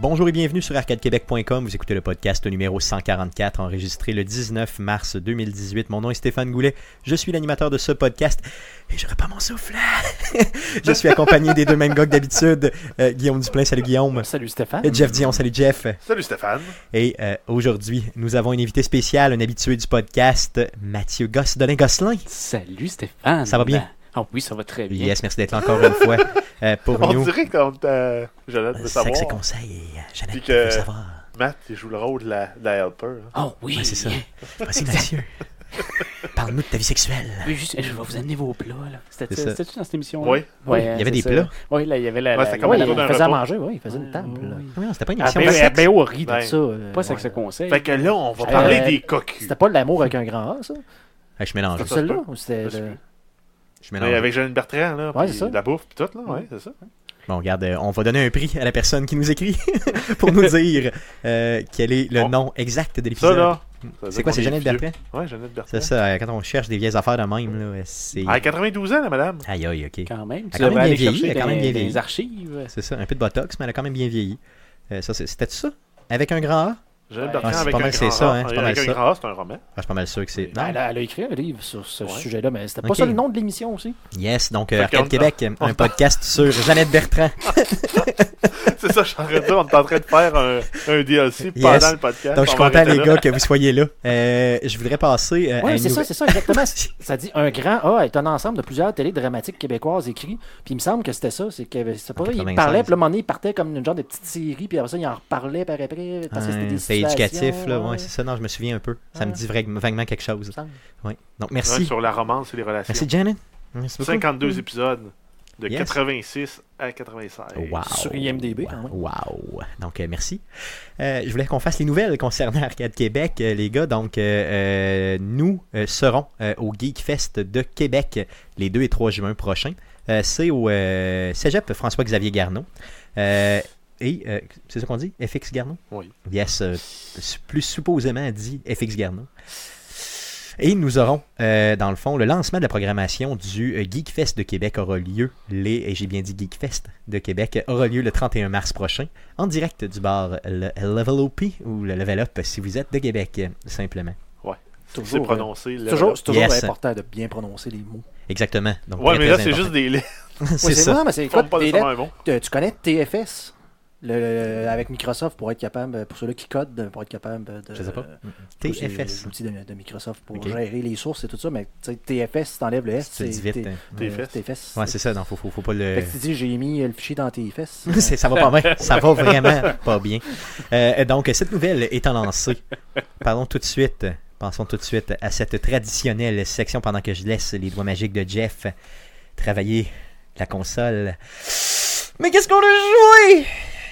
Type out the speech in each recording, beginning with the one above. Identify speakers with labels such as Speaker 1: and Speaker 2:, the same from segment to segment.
Speaker 1: Bonjour et bienvenue sur arcadequebec.com. Vous écoutez le podcast numéro 144 enregistré le 19 mars 2018. Mon nom est Stéphane Goulet. Je suis l'animateur de ce podcast et je pas mon souffle. je suis accompagné des deux mêmes gars que d'habitude. Euh, Guillaume Duplain, salut Guillaume.
Speaker 2: Salut Stéphane.
Speaker 1: Et Jeff Dion, salut Jeff.
Speaker 3: Salut Stéphane.
Speaker 1: Et euh, aujourd'hui, nous avons une invitée spéciale, un habitué du podcast, Mathieu Gosselin Gosselin.
Speaker 2: Salut Stéphane.
Speaker 1: Ça va bien?
Speaker 2: Ah oui, ça va très bien.
Speaker 1: Yes, merci d'être là encore une fois euh, pour
Speaker 3: On
Speaker 1: nous.
Speaker 3: dirait comme euh, Jonathan veut
Speaker 1: Sexe et
Speaker 3: savoir.
Speaker 1: conseils, et, euh, Jeannette,
Speaker 3: Puis que-
Speaker 1: faut savoir.
Speaker 3: Matt, il joue le rôle de la, de la helper. hein.
Speaker 2: Oh oui.
Speaker 1: Ouais, c'est ça. Voici Mathieu. Parle-nous de ta vie sexuelle.
Speaker 2: Oui, juste, je vais vous amener vos plats. là. C'était
Speaker 1: C'est ça.
Speaker 2: c'était-tu dans cette émission
Speaker 3: Oui.
Speaker 2: Oui,
Speaker 1: Il y avait des plats.
Speaker 2: Oui, là, il y avait la.
Speaker 3: Ouais,
Speaker 2: la-
Speaker 3: c'est
Speaker 2: la-
Speaker 3: comme
Speaker 2: oui,
Speaker 3: un tour
Speaker 2: il
Speaker 3: d'un
Speaker 2: faisait
Speaker 3: repas.
Speaker 2: à manger, oui, il faisait une table. là.
Speaker 1: Oui, non, c'était pas une
Speaker 2: Ah,
Speaker 1: émission.
Speaker 2: ben,
Speaker 1: sexe.
Speaker 2: ben, au riz, tout
Speaker 3: Ouais.
Speaker 2: ça. euh,
Speaker 4: Ouais.
Speaker 2: Pas sexe conseil.
Speaker 3: Fait que là, on va
Speaker 2: Euh,
Speaker 3: parler des cocus.
Speaker 4: C'était pas de l'amour avec un grand A, ça?
Speaker 1: Ah, je mélange.
Speaker 3: Ça, ça
Speaker 4: C'était
Speaker 3: se
Speaker 4: celle-là?
Speaker 3: peut.
Speaker 4: Ou c'était
Speaker 3: Ça se
Speaker 4: le-
Speaker 3: peut.
Speaker 1: Je mélange.
Speaker 3: Mais Ben avec Jeanne Bertrand, là,
Speaker 4: Ouais,
Speaker 3: puis
Speaker 4: c'est ça.
Speaker 3: la bouffe, puis tout, là, ouais, c'est ça.
Speaker 1: Bon, regarde, euh, on va donner un prix à la personne qui nous écrit pour nous dire euh, quel est le
Speaker 3: Bon.
Speaker 1: nom exact de
Speaker 3: Ça,
Speaker 1: l'épisode.
Speaker 3: là. ça veut
Speaker 1: C'est quoi,
Speaker 3: dire qu'on
Speaker 1: c'est
Speaker 3: est
Speaker 1: Jeannette
Speaker 3: vieux.
Speaker 1: Bertrand?
Speaker 3: Ouais, Jeannette Bertrand.
Speaker 1: C'est ça, euh, quand on cherche des vieilles affaires de même, là, euh, c'est...
Speaker 3: À 92 ans, la madame.
Speaker 1: Aïe aïe, ok.
Speaker 2: Quand même. Tu
Speaker 1: Elle a quand
Speaker 2: devrais
Speaker 1: même
Speaker 2: aller
Speaker 1: bien vieilli,
Speaker 2: chercher
Speaker 1: elle a quand même
Speaker 2: dans-
Speaker 1: bien
Speaker 2: dans
Speaker 1: vieilli.
Speaker 2: les archives.
Speaker 1: C'est ça, un peu de Botox, mais elle a quand même bien vieilli. Euh, ça, c'est- C'était ça? Avec un grand A?
Speaker 3: Jeannette
Speaker 2: Ouais.
Speaker 3: Bertrand
Speaker 2: Ouais,
Speaker 1: c'est
Speaker 3: avec
Speaker 1: pas
Speaker 3: un
Speaker 1: mal, c'est
Speaker 3: grand
Speaker 1: ça, hein,
Speaker 3: A.
Speaker 1: c'est pas mal
Speaker 3: Avec
Speaker 1: ça.
Speaker 3: un grand A, c'est un roman.
Speaker 1: Ah, je suis pas mal sûr que c'est...
Speaker 4: Ben,
Speaker 1: Non?
Speaker 4: Elle, a, elle a écrit un livre sur ce
Speaker 3: Ouais.
Speaker 4: sujet-là, mais c'était pas
Speaker 1: Ok.
Speaker 4: ça le nom de l'émission aussi?
Speaker 1: Yes, donc euh,
Speaker 3: Fait
Speaker 1: Arcade
Speaker 3: qu'on- Ah.
Speaker 1: Québec, un podcast sur Jeannette Bertrand.
Speaker 3: C'est ça, je suis en train de dire, on est en train de faire un, un DLC
Speaker 1: Yes.
Speaker 3: pendant le podcast.
Speaker 1: Donc je suis
Speaker 3: On va
Speaker 1: content
Speaker 3: arrêter
Speaker 1: les
Speaker 3: là.
Speaker 1: gars que vous soyez là. Euh, je voudrais passer euh, à
Speaker 4: Oui,
Speaker 1: une
Speaker 4: c'est ça,
Speaker 1: nouvelle-
Speaker 4: c'est ça, exactement. ça dit un grand A est un ensemble de plusieurs télés dramatiques québécoises écrites. Puis il me semble que c'était ça. C'est que c'est pas
Speaker 1: En
Speaker 4: vrai, il
Speaker 1: 96.
Speaker 4: parlait, puis là, à un moment donné, il partait comme une genre de petite série, puis après ça, il en reparlait par après. Parce que c'était
Speaker 1: Ouais,
Speaker 4: des
Speaker 1: C'est
Speaker 4: situations,
Speaker 1: éducatif, là. Ouais,
Speaker 4: ouais.
Speaker 1: c'est ça. Non, je me souviens un peu. Ça me
Speaker 4: Ouais.
Speaker 1: dit vague- vaguement quelque chose.
Speaker 4: semble.
Speaker 1: Ouais. Donc,
Speaker 3: Ouais,
Speaker 1: merci.
Speaker 3: Sur la romance et les relations.
Speaker 1: Merci, Janet. Merci beaucoup.
Speaker 4: Mm.
Speaker 3: 52 épisodes de
Speaker 1: Yes.
Speaker 3: 86 à 96.
Speaker 1: Wow.
Speaker 4: Sur IMDb, quand même.
Speaker 1: Wow. Donc, euh, merci. Euh, je voulais qu'on fasse les nouvelles concernant Arcade Québec, euh, les gars. Donc, euh, euh, nous euh, serons euh, au Geek Fest de Québec les 2 et 3 juin prochains. Euh, c'est au euh, cégep François-Xavier Garneau. Euh, et, euh, c'est ça qu'on dit FX Garneau
Speaker 3: Oui.
Speaker 1: Yes, euh, s- plus supposément dit FX Garneau. Et nous aurons, euh, dans le fond, le lancement de la programmation du euh, Geekfest de Québec aura lieu, les, et j'ai bien dit Geekfest de Québec, aura lieu le 31 mars prochain, en direct du bar le Level OP, ou le Level Up si vous êtes de Québec, euh, simplement.
Speaker 3: C'est
Speaker 4: Toujours, euh,
Speaker 3: prononcé.
Speaker 4: c'est
Speaker 3: là.
Speaker 4: toujours, c'est toujours
Speaker 1: Yes.
Speaker 4: important de bien prononcer les mots.
Speaker 1: Exactement. Donc,
Speaker 3: Ouais,
Speaker 1: très,
Speaker 3: mais
Speaker 1: très
Speaker 3: là, c'est
Speaker 1: important.
Speaker 3: juste des lettres.
Speaker 1: c'est
Speaker 4: Ouais,
Speaker 1: ça.
Speaker 4: non, mais c'est
Speaker 3: Ils font
Speaker 4: écoute,
Speaker 3: pas
Speaker 4: des
Speaker 3: nécessairement un bon.
Speaker 4: lettres, euh, Tu connais TFS? Le, avec Microsoft pour être capable, pour ceux-là qui codent, pour être capable de.
Speaker 1: Je sais pas.
Speaker 4: C'est
Speaker 1: TFS.
Speaker 4: L'outil de, de Microsoft pour
Speaker 1: Ok.
Speaker 4: gérer les sources et tout ça, mais tu sais, TFS, si t'enlèves le S,
Speaker 1: Tu
Speaker 4: c'est
Speaker 1: le dis vite.
Speaker 4: T-
Speaker 1: hein.
Speaker 3: T'es
Speaker 4: euh,
Speaker 3: fait.
Speaker 4: TFS.
Speaker 1: Ouais, c'est ça. Non, faut, faut, faut pas le.
Speaker 4: Fait que tu dis, j'ai mis euh, le fichier dans TFS.
Speaker 1: C'est- ça va pas bien. Ça va vraiment pas bien. Euh, donc, cette nouvelle étant lancée, parlons tout de suite, pensons tout de suite à cette traditionnelle section pendant que je laisse les doigts magiques de Jeff travailler la console. Mais qu'est-ce qu'on a joué?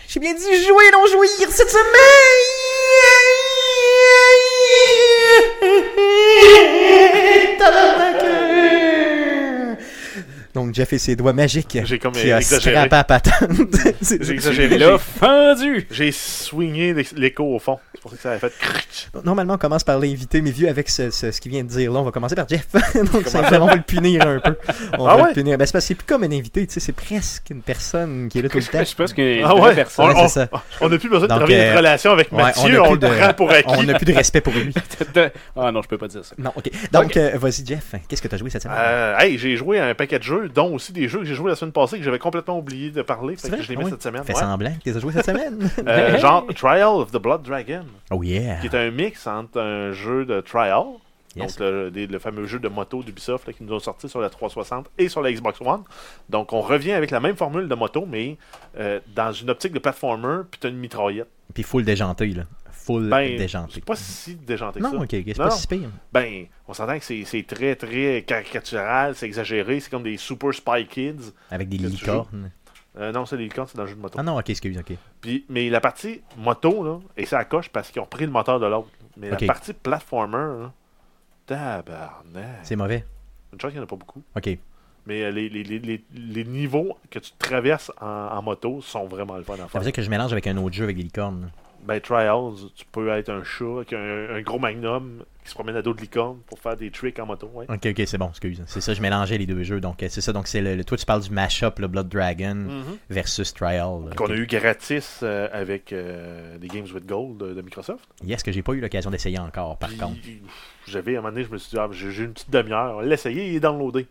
Speaker 1: J'ai bien dit jouer, non jouir cette semaine! Tabarnak! Donc Jeff et ses doigts magiques
Speaker 3: J'ai comme
Speaker 1: qui a
Speaker 3: exagéré.
Speaker 1: scrappé à patente. C'est-
Speaker 3: J'ai exagéré.
Speaker 2: Là, fendu.
Speaker 3: J'ai swingé l'éc- l'écho au fond. C'est pour ça que ça a fait crrrch.
Speaker 1: Normalement, on commence par l'invité, mais vieux avec ce, ce, ce qu'il vient de dire là, on va commencer par Jeff. Donc, simplement, on va le punir un peu. On
Speaker 3: Ah
Speaker 1: va le
Speaker 3: ouais?
Speaker 1: punir. Ben, c'est parce que c'est plus comme un invité, tu sais, c'est presque une personne qui est là tout le temps.
Speaker 2: Je pense qu'une
Speaker 3: Ah
Speaker 2: vraie
Speaker 3: ouais?
Speaker 2: personne.
Speaker 1: Ouais,
Speaker 3: on-
Speaker 1: c'est ça.
Speaker 3: On n'a plus besoin de
Speaker 1: Donc,
Speaker 3: travailler
Speaker 1: euh,
Speaker 3: une relation avec
Speaker 1: ouais,
Speaker 3: Mathieu,
Speaker 1: on a
Speaker 3: on,
Speaker 1: plus
Speaker 3: le
Speaker 1: de-
Speaker 3: prend pour acquis.
Speaker 1: On n'a plus de respect pour lui.
Speaker 2: Ah non, je peux pas dire ça.
Speaker 1: Non, ok. Donc, euh, vas-y, Jeff, qu'est-ce que tu as joué cette semaine
Speaker 3: Euh, hey, j'ai joué à un paquet de jeux, dont aussi des jeux que j'ai joué la semaine passée que j'avais complètement oublié de parler.
Speaker 1: C'est
Speaker 3: Fait que
Speaker 1: vrai?
Speaker 3: je les
Speaker 1: Ah
Speaker 3: mets
Speaker 1: oui.
Speaker 3: cette semaine.
Speaker 1: Fais
Speaker 3: ouais.
Speaker 1: semblant que tu as joué cette semaine.
Speaker 3: Euh, genre Trial of the Blood Dragon,
Speaker 1: oh yeah.
Speaker 3: qui est un mix entre un jeu de Trial,
Speaker 1: Yes.
Speaker 3: donc le, des- le fameux jeu de moto d'Ubisoft là, qui nous ont sorti sur la 360 et sur la Xbox One. Donc on revient avec la même formule de moto, mais euh, dans une optique de platformer, puis t'as une mitraillette.
Speaker 1: Puis full déjanté, là. Full
Speaker 3: Ben,
Speaker 1: déjanté.
Speaker 3: c'est pas si déjanté que
Speaker 1: Non,
Speaker 3: ça.
Speaker 1: ok, ok, c'est
Speaker 3: Non,
Speaker 1: pas
Speaker 3: non.
Speaker 1: si pire.
Speaker 3: Ben, on s'entend que c'est c'est très, très caricatural, c'est exagéré, c'est comme des Super Spy Kids.
Speaker 1: Avec des
Speaker 3: Que tu joues.
Speaker 1: licornes.
Speaker 3: Euh, non, ça, les licornes, c'est dans le jeu de moto.
Speaker 1: Ah non, ok, excuse, ok.
Speaker 3: Puis, mais la partie moto, là, et ça accroche parce qu'ils ont pris le moteur de l'autre. Mais
Speaker 1: Ok.
Speaker 3: la partie platformer, là, tabarnak.
Speaker 1: C'est mauvais.
Speaker 3: Une chance qu'il n'y en a pas beaucoup.
Speaker 1: Ok.
Speaker 3: Mais euh, les, les, les, les, les niveaux que tu traverses en, en moto sont vraiment le fun à
Speaker 1: Ça
Speaker 3: faire.
Speaker 1: veut dire que je mélange avec un autre jeu avec des licornes. là.
Speaker 3: Ben, Trials, tu peux être un chat avec un, un gros magnum qui se promène à dos de licorne pour faire des tricks en moto. Ouais.
Speaker 1: Ok, ok, c'est bon, excuse. C'est ça, je mélangeais les deux jeux. Donc, euh, c'est ça. Donc, c'est le, le- toi, tu parles du mashup, le Blood Dragon
Speaker 3: Mhm.
Speaker 1: versus Trial.
Speaker 3: Qu'on a
Speaker 1: Ok.
Speaker 3: eu gratis euh, avec euh, des Games with Gold de, de Microsoft.
Speaker 1: Yes, que j'ai pas eu l'occasion d'essayer encore, par
Speaker 3: Puis,
Speaker 1: contre.
Speaker 3: J'avais, à un moment donné, je me suis dit, ah, j'ai j'ai une petite demi-heure, on va l'essayer et downloader.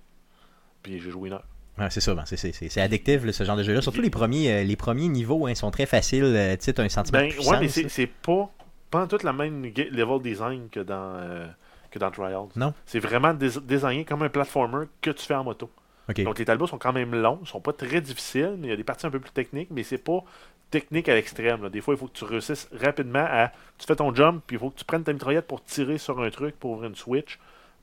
Speaker 3: Puis j'ai joué une heure.
Speaker 1: Ouais, c'est ça, ben, c'est- c'est c'est- c'est addictif, là, ce genre de jeu-là. Surtout les premiers, euh, les premiers niveaux hein, sont très faciles. euh, tu sais, t'as un sentiment
Speaker 3: Ben,
Speaker 1: de
Speaker 3: ouais, mais
Speaker 1: puissance,
Speaker 3: c'est
Speaker 1: là.
Speaker 3: c'est pas, pas en tout la même ga- level design que dans, euh, que dans Trials.
Speaker 1: Non.
Speaker 3: C'est vraiment dés- désigné comme un platformer que tu fais en moto.
Speaker 1: Ok.
Speaker 3: Donc les tableaux sont quand même longs, sont pas très difficiles, mais il y a des parties un peu plus techniques, mais c'est pas technique à l'extrême. là. Des fois, il faut que tu réussisses rapidement à. Tu fais ton jump, puis il faut que tu prennes ta mitraillette pour tirer sur un truc pour ouvrir une switch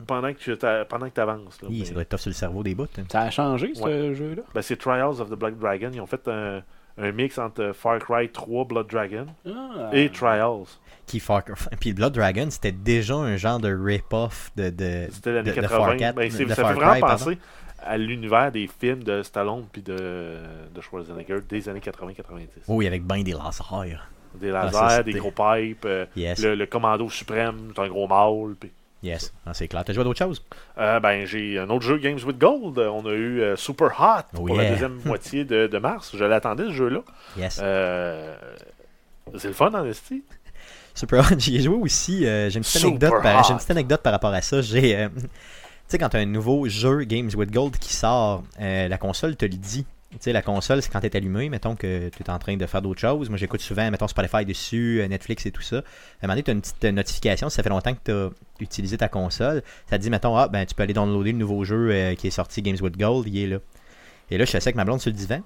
Speaker 3: pendant que tu t'a- pendant que avances.
Speaker 1: Hi, ça doit être tough sur le cerveau des bouts. hein.
Speaker 2: Ça a changé, ce jeu-là.
Speaker 3: Ben, c'est Trials of the Black Dragon. Ils ont fait un, un mix entre euh, Far Cry 3 Blood Dragon
Speaker 2: Ah.
Speaker 3: et Trials.
Speaker 1: Qui Far- Puis Blood Dragon, c'était déjà un genre de rip-off de, de,
Speaker 3: C'était l'année
Speaker 1: de- de
Speaker 3: 80.
Speaker 1: Far Cat-
Speaker 3: Ben, c'est-
Speaker 1: de
Speaker 3: ça
Speaker 1: Far
Speaker 3: fait vraiment
Speaker 1: Cry, pardon.
Speaker 3: penser à l'univers des films de Stallone puis de, de Schwarzenegger des années 80-90.
Speaker 1: Oui, avec ben des lasers.
Speaker 3: Des
Speaker 1: Ah,
Speaker 3: lasers,
Speaker 1: ça, c'était-
Speaker 3: des gros pipes, euh,
Speaker 1: Yes,
Speaker 3: le, le commando suprême, c'est un gros mâle. puis-
Speaker 1: yes. Ah, c'est clair. T'as joué à d'autres choses?
Speaker 3: Euh, ben, j'ai un autre jeu, Games with Gold. On a eu euh, Super Hot
Speaker 1: Oh
Speaker 3: pour la
Speaker 1: yeah.
Speaker 3: deuxième moitié de, de mars. Je l'attendais, ce jeu-là.
Speaker 1: Yes.
Speaker 3: Euh, c'est le fun, en esti.
Speaker 1: Super Hot, j'y ai joué aussi. euh, j'ai, une petite
Speaker 3: Super
Speaker 1: anecdote par,
Speaker 3: Hot.
Speaker 1: j'ai une petite anecdote par rapport à ça. J'ai, euh, tu sais, quand tu as un nouveau jeu Games with Gold qui sort, euh, la console te le dit. Tu sais, la console, c'est quand t'es allumé, mettons que tu es en train de faire d'autres choses. Moi, j'écoute souvent, mettons Spotify dessus, euh, Netflix et tout ça. À un moment donné, tu as une petite euh, notification, si ça fait longtemps que tu as utilisé ta console, ça te dit, mettons, ah, ben, tu peux aller downloader le nouveau jeu euh, qui est sorti, Games with Gold, il est là. Et là, je suis assis avec ma blonde sur le divan,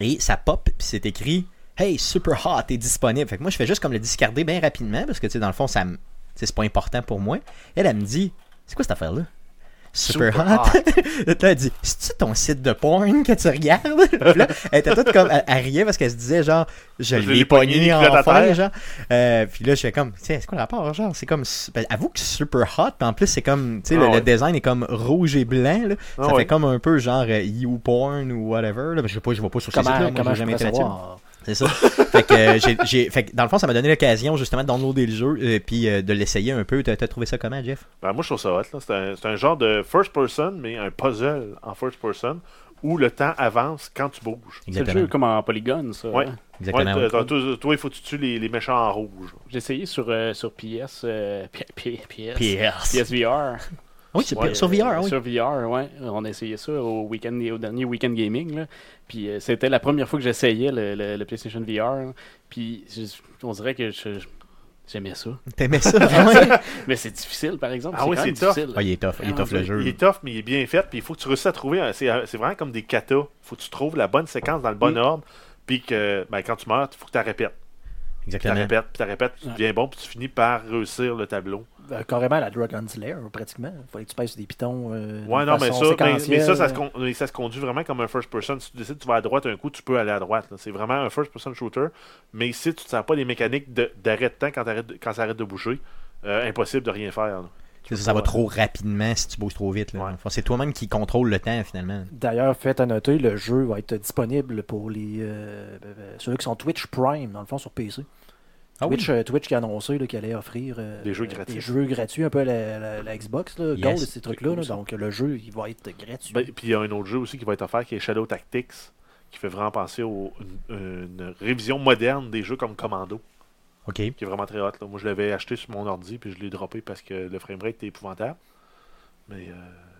Speaker 1: et ça pop, puis c'est écrit Hey, Super Hot est disponible. Fait que moi, je fais juste comme le discarder bien rapidement parce que, tu sais, dans le fond, ça me- tu sais, c'est pas important pour moi. Elle, elle me dit C'est quoi cette affaire-là Super,
Speaker 3: Super
Speaker 1: Hot. Là, elle dit C'est-tu ton site de porn que tu regardes Puis là, elle était toute comme. Elle, elle riait parce qu'elle se disait genre Je
Speaker 3: Je
Speaker 1: l'ai
Speaker 3: l'ai
Speaker 1: pogné
Speaker 3: pogné, culotte à
Speaker 1: enfin,
Speaker 3: terre.
Speaker 1: genre. Euh, puis là, je fais comme Tu sais, c'est quoi le rapport Genre, c'est comme. ben, avoue que Super Hot, puis en plus, c'est comme. Tu sais,
Speaker 3: Ah
Speaker 1: le, le
Speaker 3: ouais.
Speaker 1: design est comme rouge et blanc, là.
Speaker 3: Ah
Speaker 1: ça
Speaker 3: ouais.
Speaker 1: fait comme un peu genre euh, YouPorn ou whatever. Là. Je sais pas, je vois pas sur ces sites-là.
Speaker 4: Comment,
Speaker 1: Moi,
Speaker 4: comment
Speaker 1: j'ai
Speaker 4: je
Speaker 1: jamais
Speaker 4: pourrais
Speaker 1: été là-dessus.
Speaker 4: savoir?
Speaker 1: C'est ça. fait que, euh, j'ai- j'ai- fait que, dans le fond, ça m'a donné l'occasion justement de downloader le jeu et puis euh, de l'essayer un peu. T'as t'as trouvé ça comment, Jeff
Speaker 3: Ben, moi, je trouve ça hot. là. C'est un, c'est un genre de first person, mais un puzzle en first person où le temps avance quand tu bouges.
Speaker 2: C'est le jeu comme en polygone, ça.
Speaker 3: Ouais.
Speaker 2: hein.
Speaker 1: Exactement.
Speaker 3: Ouais, toi, toi- toi, il faut que tu tues les, les méchants en rouge.
Speaker 2: J'ai essayé sur, euh, sur PS, euh, P- P- PS,
Speaker 1: Pierce.
Speaker 2: PSVR.
Speaker 1: Oui, c'est
Speaker 2: Ouais,
Speaker 1: sur
Speaker 2: euh,
Speaker 1: VR, oui.
Speaker 2: Sur VR, ouais. On a essayé ça au, week-end, au dernier week-end gaming. Là. Puis euh, c'était la première fois que j'essayais le, le- le PlayStation VR. hein. Puis je- on dirait que je- je- j'aimais ça.
Speaker 1: T'aimais ça Ah ouais.
Speaker 2: Mais c'est difficile, par exemple.
Speaker 3: Ah oui,
Speaker 2: quand même
Speaker 3: c'est tough.
Speaker 2: difficile.
Speaker 1: Ah, il est tough, il est tough le jeu.
Speaker 3: Il est tough, mais il est bien fait. Puis il faut que tu réussisses à trouver. un- C'est c'est vraiment comme des katas. faut que tu trouves la bonne séquence dans le bon ordre. Puis que ben, quand tu meurs, il faut que tu la répètes. Tu la
Speaker 1: Exactement.
Speaker 3: répètes, puis tu la répètes. puis Tu deviens bon, puis tu finis par réussir le tableau.
Speaker 4: Euh, carrément la Dragon Slayer, pratiquement. Il fallait que tu passes sur des pitons. euh,
Speaker 3: Ouais,
Speaker 4: de
Speaker 3: non, mais
Speaker 4: façon
Speaker 3: ça, mais,
Speaker 4: séquentielle.
Speaker 3: mais ça, ça se
Speaker 1: euh.
Speaker 3: con- mais ça se conduit vraiment comme un first person. Si tu décides que tu vas à droite un coup, tu peux aller à droite. là. C'est vraiment un first person shooter. Mais si tu ne sens pas les mécaniques de- d'arrêt de temps quand, t'arrêtes de- quand ça arrête de bouger, euh, impossible de rien faire. là.
Speaker 1: Ça, ça va trop rapidement si tu bouges trop vite. là.
Speaker 3: Ouais.
Speaker 1: Dans le fond, C'est toi-même qui contrôle le temps finalement.
Speaker 4: D'ailleurs, faites à noter, le jeu va être disponible pour les euh, euh, ceux qui sont Twitch Prime, dans le fond, sur PC.
Speaker 1: Ah oui.
Speaker 4: Twitch, euh, Twitch qui a annoncé là, qu'il allait offrir euh,
Speaker 3: Des jeux
Speaker 4: euh,
Speaker 3: gratuits.
Speaker 4: des jeux gratuits, un peu à la, la- la Xbox, là,
Speaker 1: Yes.
Speaker 4: Gold et ces trucs-là.
Speaker 2: cool,
Speaker 4: là.
Speaker 2: ça.
Speaker 4: donc, le jeu, il va être gratuit.
Speaker 3: Ben, puis il y a un autre jeu aussi qui va être offert qui est Shadow Tactics, qui fait vraiment penser à une révision moderne des jeux comme Commando,
Speaker 1: Ok.
Speaker 3: qui est vraiment très hot. là. Moi, je l'avais acheté sur mon ordi, puis je l'ai droppé parce que le framerate était épouvantable. Mais euh,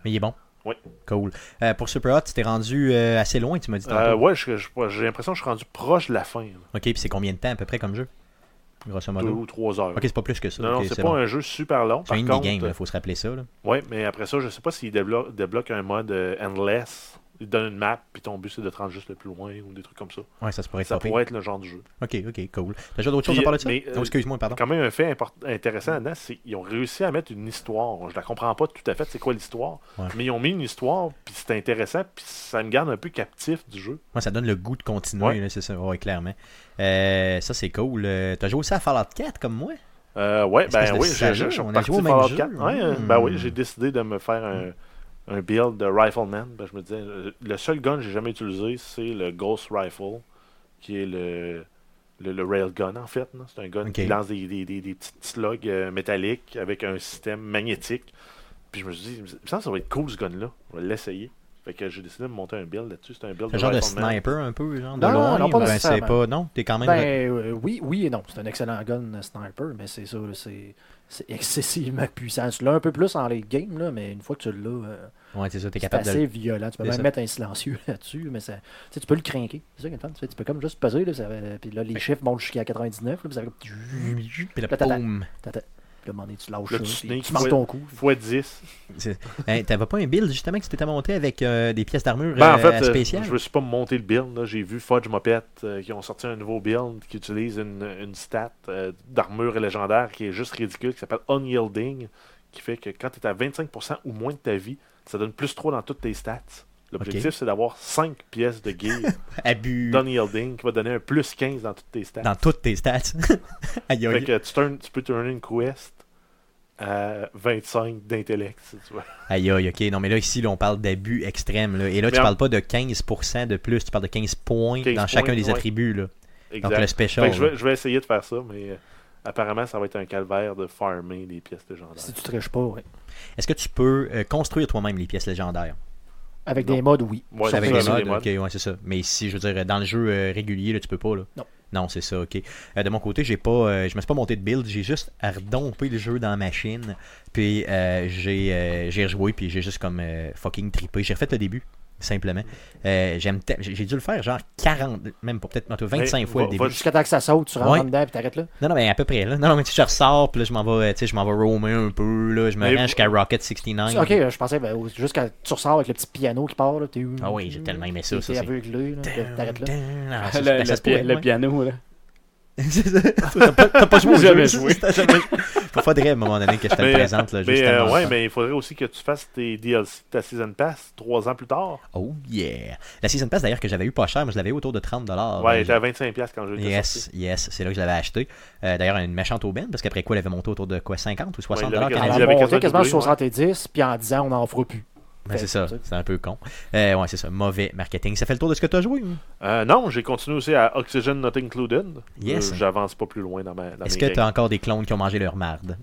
Speaker 1: Mais il est bon.
Speaker 3: Oui.
Speaker 1: Cool. Euh, pour Super Hot, tu t'es rendu euh, assez loin, tu m'as dit.
Speaker 3: euh,
Speaker 1: tantôt.
Speaker 3: ouais, je- je- j'ai l'impression que je suis rendu proche de la fin, là.
Speaker 1: Ok, puis c'est combien de temps à peu près comme jeu Grosso
Speaker 3: deux
Speaker 1: modo.
Speaker 3: ou trois heures.
Speaker 1: Ok, c'est pas plus que ça.
Speaker 3: Non, non,
Speaker 1: Ok,
Speaker 3: c'est
Speaker 1: c'est
Speaker 3: pas
Speaker 1: bon.
Speaker 3: un jeu super long.
Speaker 1: C'est
Speaker 3: Par
Speaker 1: un indie
Speaker 3: contre,
Speaker 1: game, il faut se rappeler ça. là.
Speaker 3: ouais, mais après ça, je sais pas s'il déblo- débloque un mode euh, endless. Il te donne une map, puis ton but c'est de te rendre juste le plus loin ou des trucs comme ça.
Speaker 1: Ouais, ça se pourrait être
Speaker 3: Ça
Speaker 1: pas pire.
Speaker 3: pourrait être le genre de jeu.
Speaker 1: Ok, ok, cool. T'as déjà d'autres choses à
Speaker 3: Puis,
Speaker 1: parler de ça
Speaker 3: mais, euh,
Speaker 1: Oh, excuse-moi, pardon.
Speaker 3: Quand même, un fait import- intéressant là-dedans, c'est qu'ils ont réussi à mettre une histoire. Je la comprends pas tout à fait, c'est quoi l'histoire.
Speaker 1: Ouais.
Speaker 3: Mais ils ont mis une histoire, puis c'est intéressant, puis ça me garde un peu captif du jeu.
Speaker 1: Moi, ça donne le goût de continuer,
Speaker 3: euh, Ouais.
Speaker 1: là, c'est ça. Ouais, clairement. Euh, ça, c'est cool. Euh, T'as joué aussi à Fallout 4 comme moi
Speaker 3: Euh, ouais,
Speaker 1: Est-ce que
Speaker 3: ben
Speaker 1: c'était si
Speaker 3: oui, j'ai-
Speaker 1: sérieux?
Speaker 3: je je
Speaker 1: On a
Speaker 3: suis parti
Speaker 1: joué au
Speaker 3: de
Speaker 1: même
Speaker 3: Fallout
Speaker 1: jeu?
Speaker 3: 4. Ouais, euh,
Speaker 1: Hmm.
Speaker 3: Ben oui, j'ai décidé de me faire un, un build de Rifleman. Ben, je me disais, euh, le seul gun que j'ai jamais utilisé, c'est le Ghost Rifle, qui est le, le, le railgun, en fait. là. C'est un gun
Speaker 1: Ok.
Speaker 3: qui lance des, des, des- des petites slugs euh, métalliques avec un système magnétique. Puis je me suis dit, il me semble que ça va être cool ce gun-là. On va l'essayer. Fait que j'ai décidé de monter un build là-dessus. C'est un build
Speaker 1: Un genre de
Speaker 3: Rifleman.
Speaker 1: sniper un peu, genre de
Speaker 4: Non,
Speaker 1: loin.
Speaker 4: non, pas
Speaker 1: ben, c'est
Speaker 4: nécessairement.
Speaker 1: pas. Non, t'es quand même.
Speaker 4: Ben euh, oui, oui et non. C'est un excellent gun euh, sniper, mais c'est ça, là, c'est c'est excessivement puissant. Tu l'as un peu plus en late game, là, mais une fois que tu l'as, euh,
Speaker 1: Ouais, c'est ça, t'es
Speaker 4: c'est
Speaker 1: capable
Speaker 4: assez
Speaker 1: de.
Speaker 4: violent. Tu peux
Speaker 1: C'est
Speaker 4: même
Speaker 1: ça.
Speaker 4: mettre un silencieux là-dessus, mais ça, tu sais, tu peux le craquer. C'est ça qu'il y a de fun. Tu, fais- tu peux comme juste peser, là, ça va- puis là, les chiffres montent jusqu'à 99, là, puis ça fait comme- Puis
Speaker 1: Puis
Speaker 4: Ta-
Speaker 1: le
Speaker 4: ta- ta-
Speaker 1: boum.
Speaker 4: là, à un moment donné, tu lâches
Speaker 3: Le
Speaker 4: ça,
Speaker 3: petit
Speaker 4: puis
Speaker 3: sneak,
Speaker 4: tu manques
Speaker 3: ouais.
Speaker 4: ton coup.
Speaker 3: Fois 10.
Speaker 1: C'est- Hey, T'avais pas un build justement que tu t'étais monté avec euh, des pièces d'armure
Speaker 3: Ben, en
Speaker 1: euh,
Speaker 3: fait, euh,
Speaker 1: spéciales?
Speaker 3: je me suis pas monté le build. là. J'ai vu Fudge Mopette euh, qui ont sorti un nouveau build qui utilise une, une stat euh, d'armure légendaire qui est juste ridicule, qui s'appelle Unyielding, qui fait que quand tu es à 25% ou moins de ta vie, ça donne plus 3 dans toutes tes stats. L'objectif, c'est d'avoir 5 pièces de gear
Speaker 1: Abus
Speaker 3: d'Unyielding qui va donner un plus 15 dans toutes tes stats.
Speaker 1: dans toutes tes stats. Aïe,
Speaker 3: fait
Speaker 1: aïe.
Speaker 3: que tu, turn- tu peux tourner une quest à 25 d'intellect, si tu veux.
Speaker 1: Aïe, aïe, ok. Non, mais là, ici, là, on parle d'abus extrêmes. Là. Et là, tu
Speaker 3: Mais en-
Speaker 1: parles pas de 15% de plus, tu parles de 15 points
Speaker 3: 15
Speaker 1: dans chacun
Speaker 3: points,
Speaker 1: des
Speaker 3: ouais.
Speaker 1: attributs. Là.
Speaker 3: Exact.
Speaker 1: Donc, le
Speaker 3: Fait
Speaker 1: special.
Speaker 3: que je, vais, je vais essayer de faire ça, mais euh, apparemment, ça va être un calvaire de farmer des pièces légendaires.
Speaker 4: Si tu triches pas, ouais.
Speaker 1: Est-ce que tu peux euh, construire toi-même les pièces légendaires
Speaker 4: Avec
Speaker 3: Non.
Speaker 4: des modes, oui.
Speaker 3: Ouais,
Speaker 4: Sauf
Speaker 1: Avec
Speaker 4: que-
Speaker 1: les
Speaker 3: des
Speaker 1: modes,
Speaker 3: les modes.
Speaker 1: ok, ouais, c'est ça. Mais si, je veux dire, dans le jeu euh, régulier, là, tu peux pas, là.
Speaker 4: Non.
Speaker 1: Non, c'est ça, ok. Euh, de mon côté, j'ai pas, euh, je me suis pas monté de build, j'ai juste redompé le jeu dans la machine, puis euh, j'ai, euh, j'ai rejoué, puis j'ai juste comme euh, fucking trippé. J'ai refait le début, simplement. Euh, j'aime te- j'ai j'ai dû le faire genre 40, même pas, peut-être plutôt 25
Speaker 3: Mais
Speaker 1: fois
Speaker 3: va-
Speaker 1: le
Speaker 3: va
Speaker 1: début.
Speaker 4: Jusqu'à temps que ça saute, tu rentres
Speaker 1: Ouais.
Speaker 4: en dedans, puis t'arrêtes là.
Speaker 1: Non, non, mais à peu près, là. Non, non, mais tu sais, je ressors, puis là, je m'en vais, euh, tu sais, je m'en vais roamer un peu, là, je me
Speaker 3: Mais
Speaker 1: rends
Speaker 3: vous-
Speaker 1: jusqu'à Rocket 69.
Speaker 4: Ok, euh, je pensais ben, au- juste quand tu ressors avec le petit piano qui part. Là, t'es où?
Speaker 1: Ah oui, j'ai tellement aimé ça,
Speaker 4: T'es-
Speaker 1: ça,
Speaker 4: T'es
Speaker 1: c'est-
Speaker 4: aveuglé, là,
Speaker 1: Dun,
Speaker 4: t'arrêtes là.
Speaker 1: dun. Ah,
Speaker 2: Le,
Speaker 1: ça, ben,
Speaker 2: le
Speaker 1: ça se
Speaker 2: pi-
Speaker 1: pourrait,
Speaker 2: le
Speaker 1: ouais.
Speaker 2: piano, là.
Speaker 1: C'est ça. T'as pas, t'as pas joué au jeu.
Speaker 2: Jamais joué.
Speaker 1: T'as jamais joué. Faudrait à un moment donné que je te le
Speaker 3: Mais,
Speaker 1: présente. Là,
Speaker 3: Mais
Speaker 1: juste
Speaker 3: euh,
Speaker 1: avant.
Speaker 3: ouais, mais il faudrait aussi que tu fasses tes DLC, ta Season Pass, trois ans plus tard.
Speaker 1: Oh yeah. La Season Pass d'ailleurs que j'avais eu pas cher, mais je l'avais eu autour de 30$.
Speaker 3: ouais,
Speaker 1: Euh,
Speaker 3: j'étais à 25$ quand je l'ai
Speaker 1: Yes, yes, c'est là que je l'avais acheté. Euh, d'ailleurs, une méchante aubaine, parce qu'après quoi, elle avait monté autour de quoi 50 ou 60$
Speaker 3: Ouais, il l'avait
Speaker 1: canadiens.
Speaker 4: Elle
Speaker 3: avait
Speaker 4: a monté
Speaker 3: quasiment
Speaker 4: quasiment
Speaker 3: doublé,
Speaker 4: 70, puis en disant on n'en fera plus.
Speaker 1: Ben, c'est ça, c'est un peu con. Euh, ouais, c'est ça, mauvais marketing. Ça fait le tour de ce que tu as joué. hein?
Speaker 3: Euh, non, j'ai continué aussi à Oxygen Not Included.
Speaker 1: Yes. hein.
Speaker 3: Euh, J'avance pas plus loin dans ma. Dans
Speaker 1: Est-ce
Speaker 3: mes
Speaker 1: que
Speaker 3: règles.
Speaker 1: tu as encore des clones qui ont mangé leur marde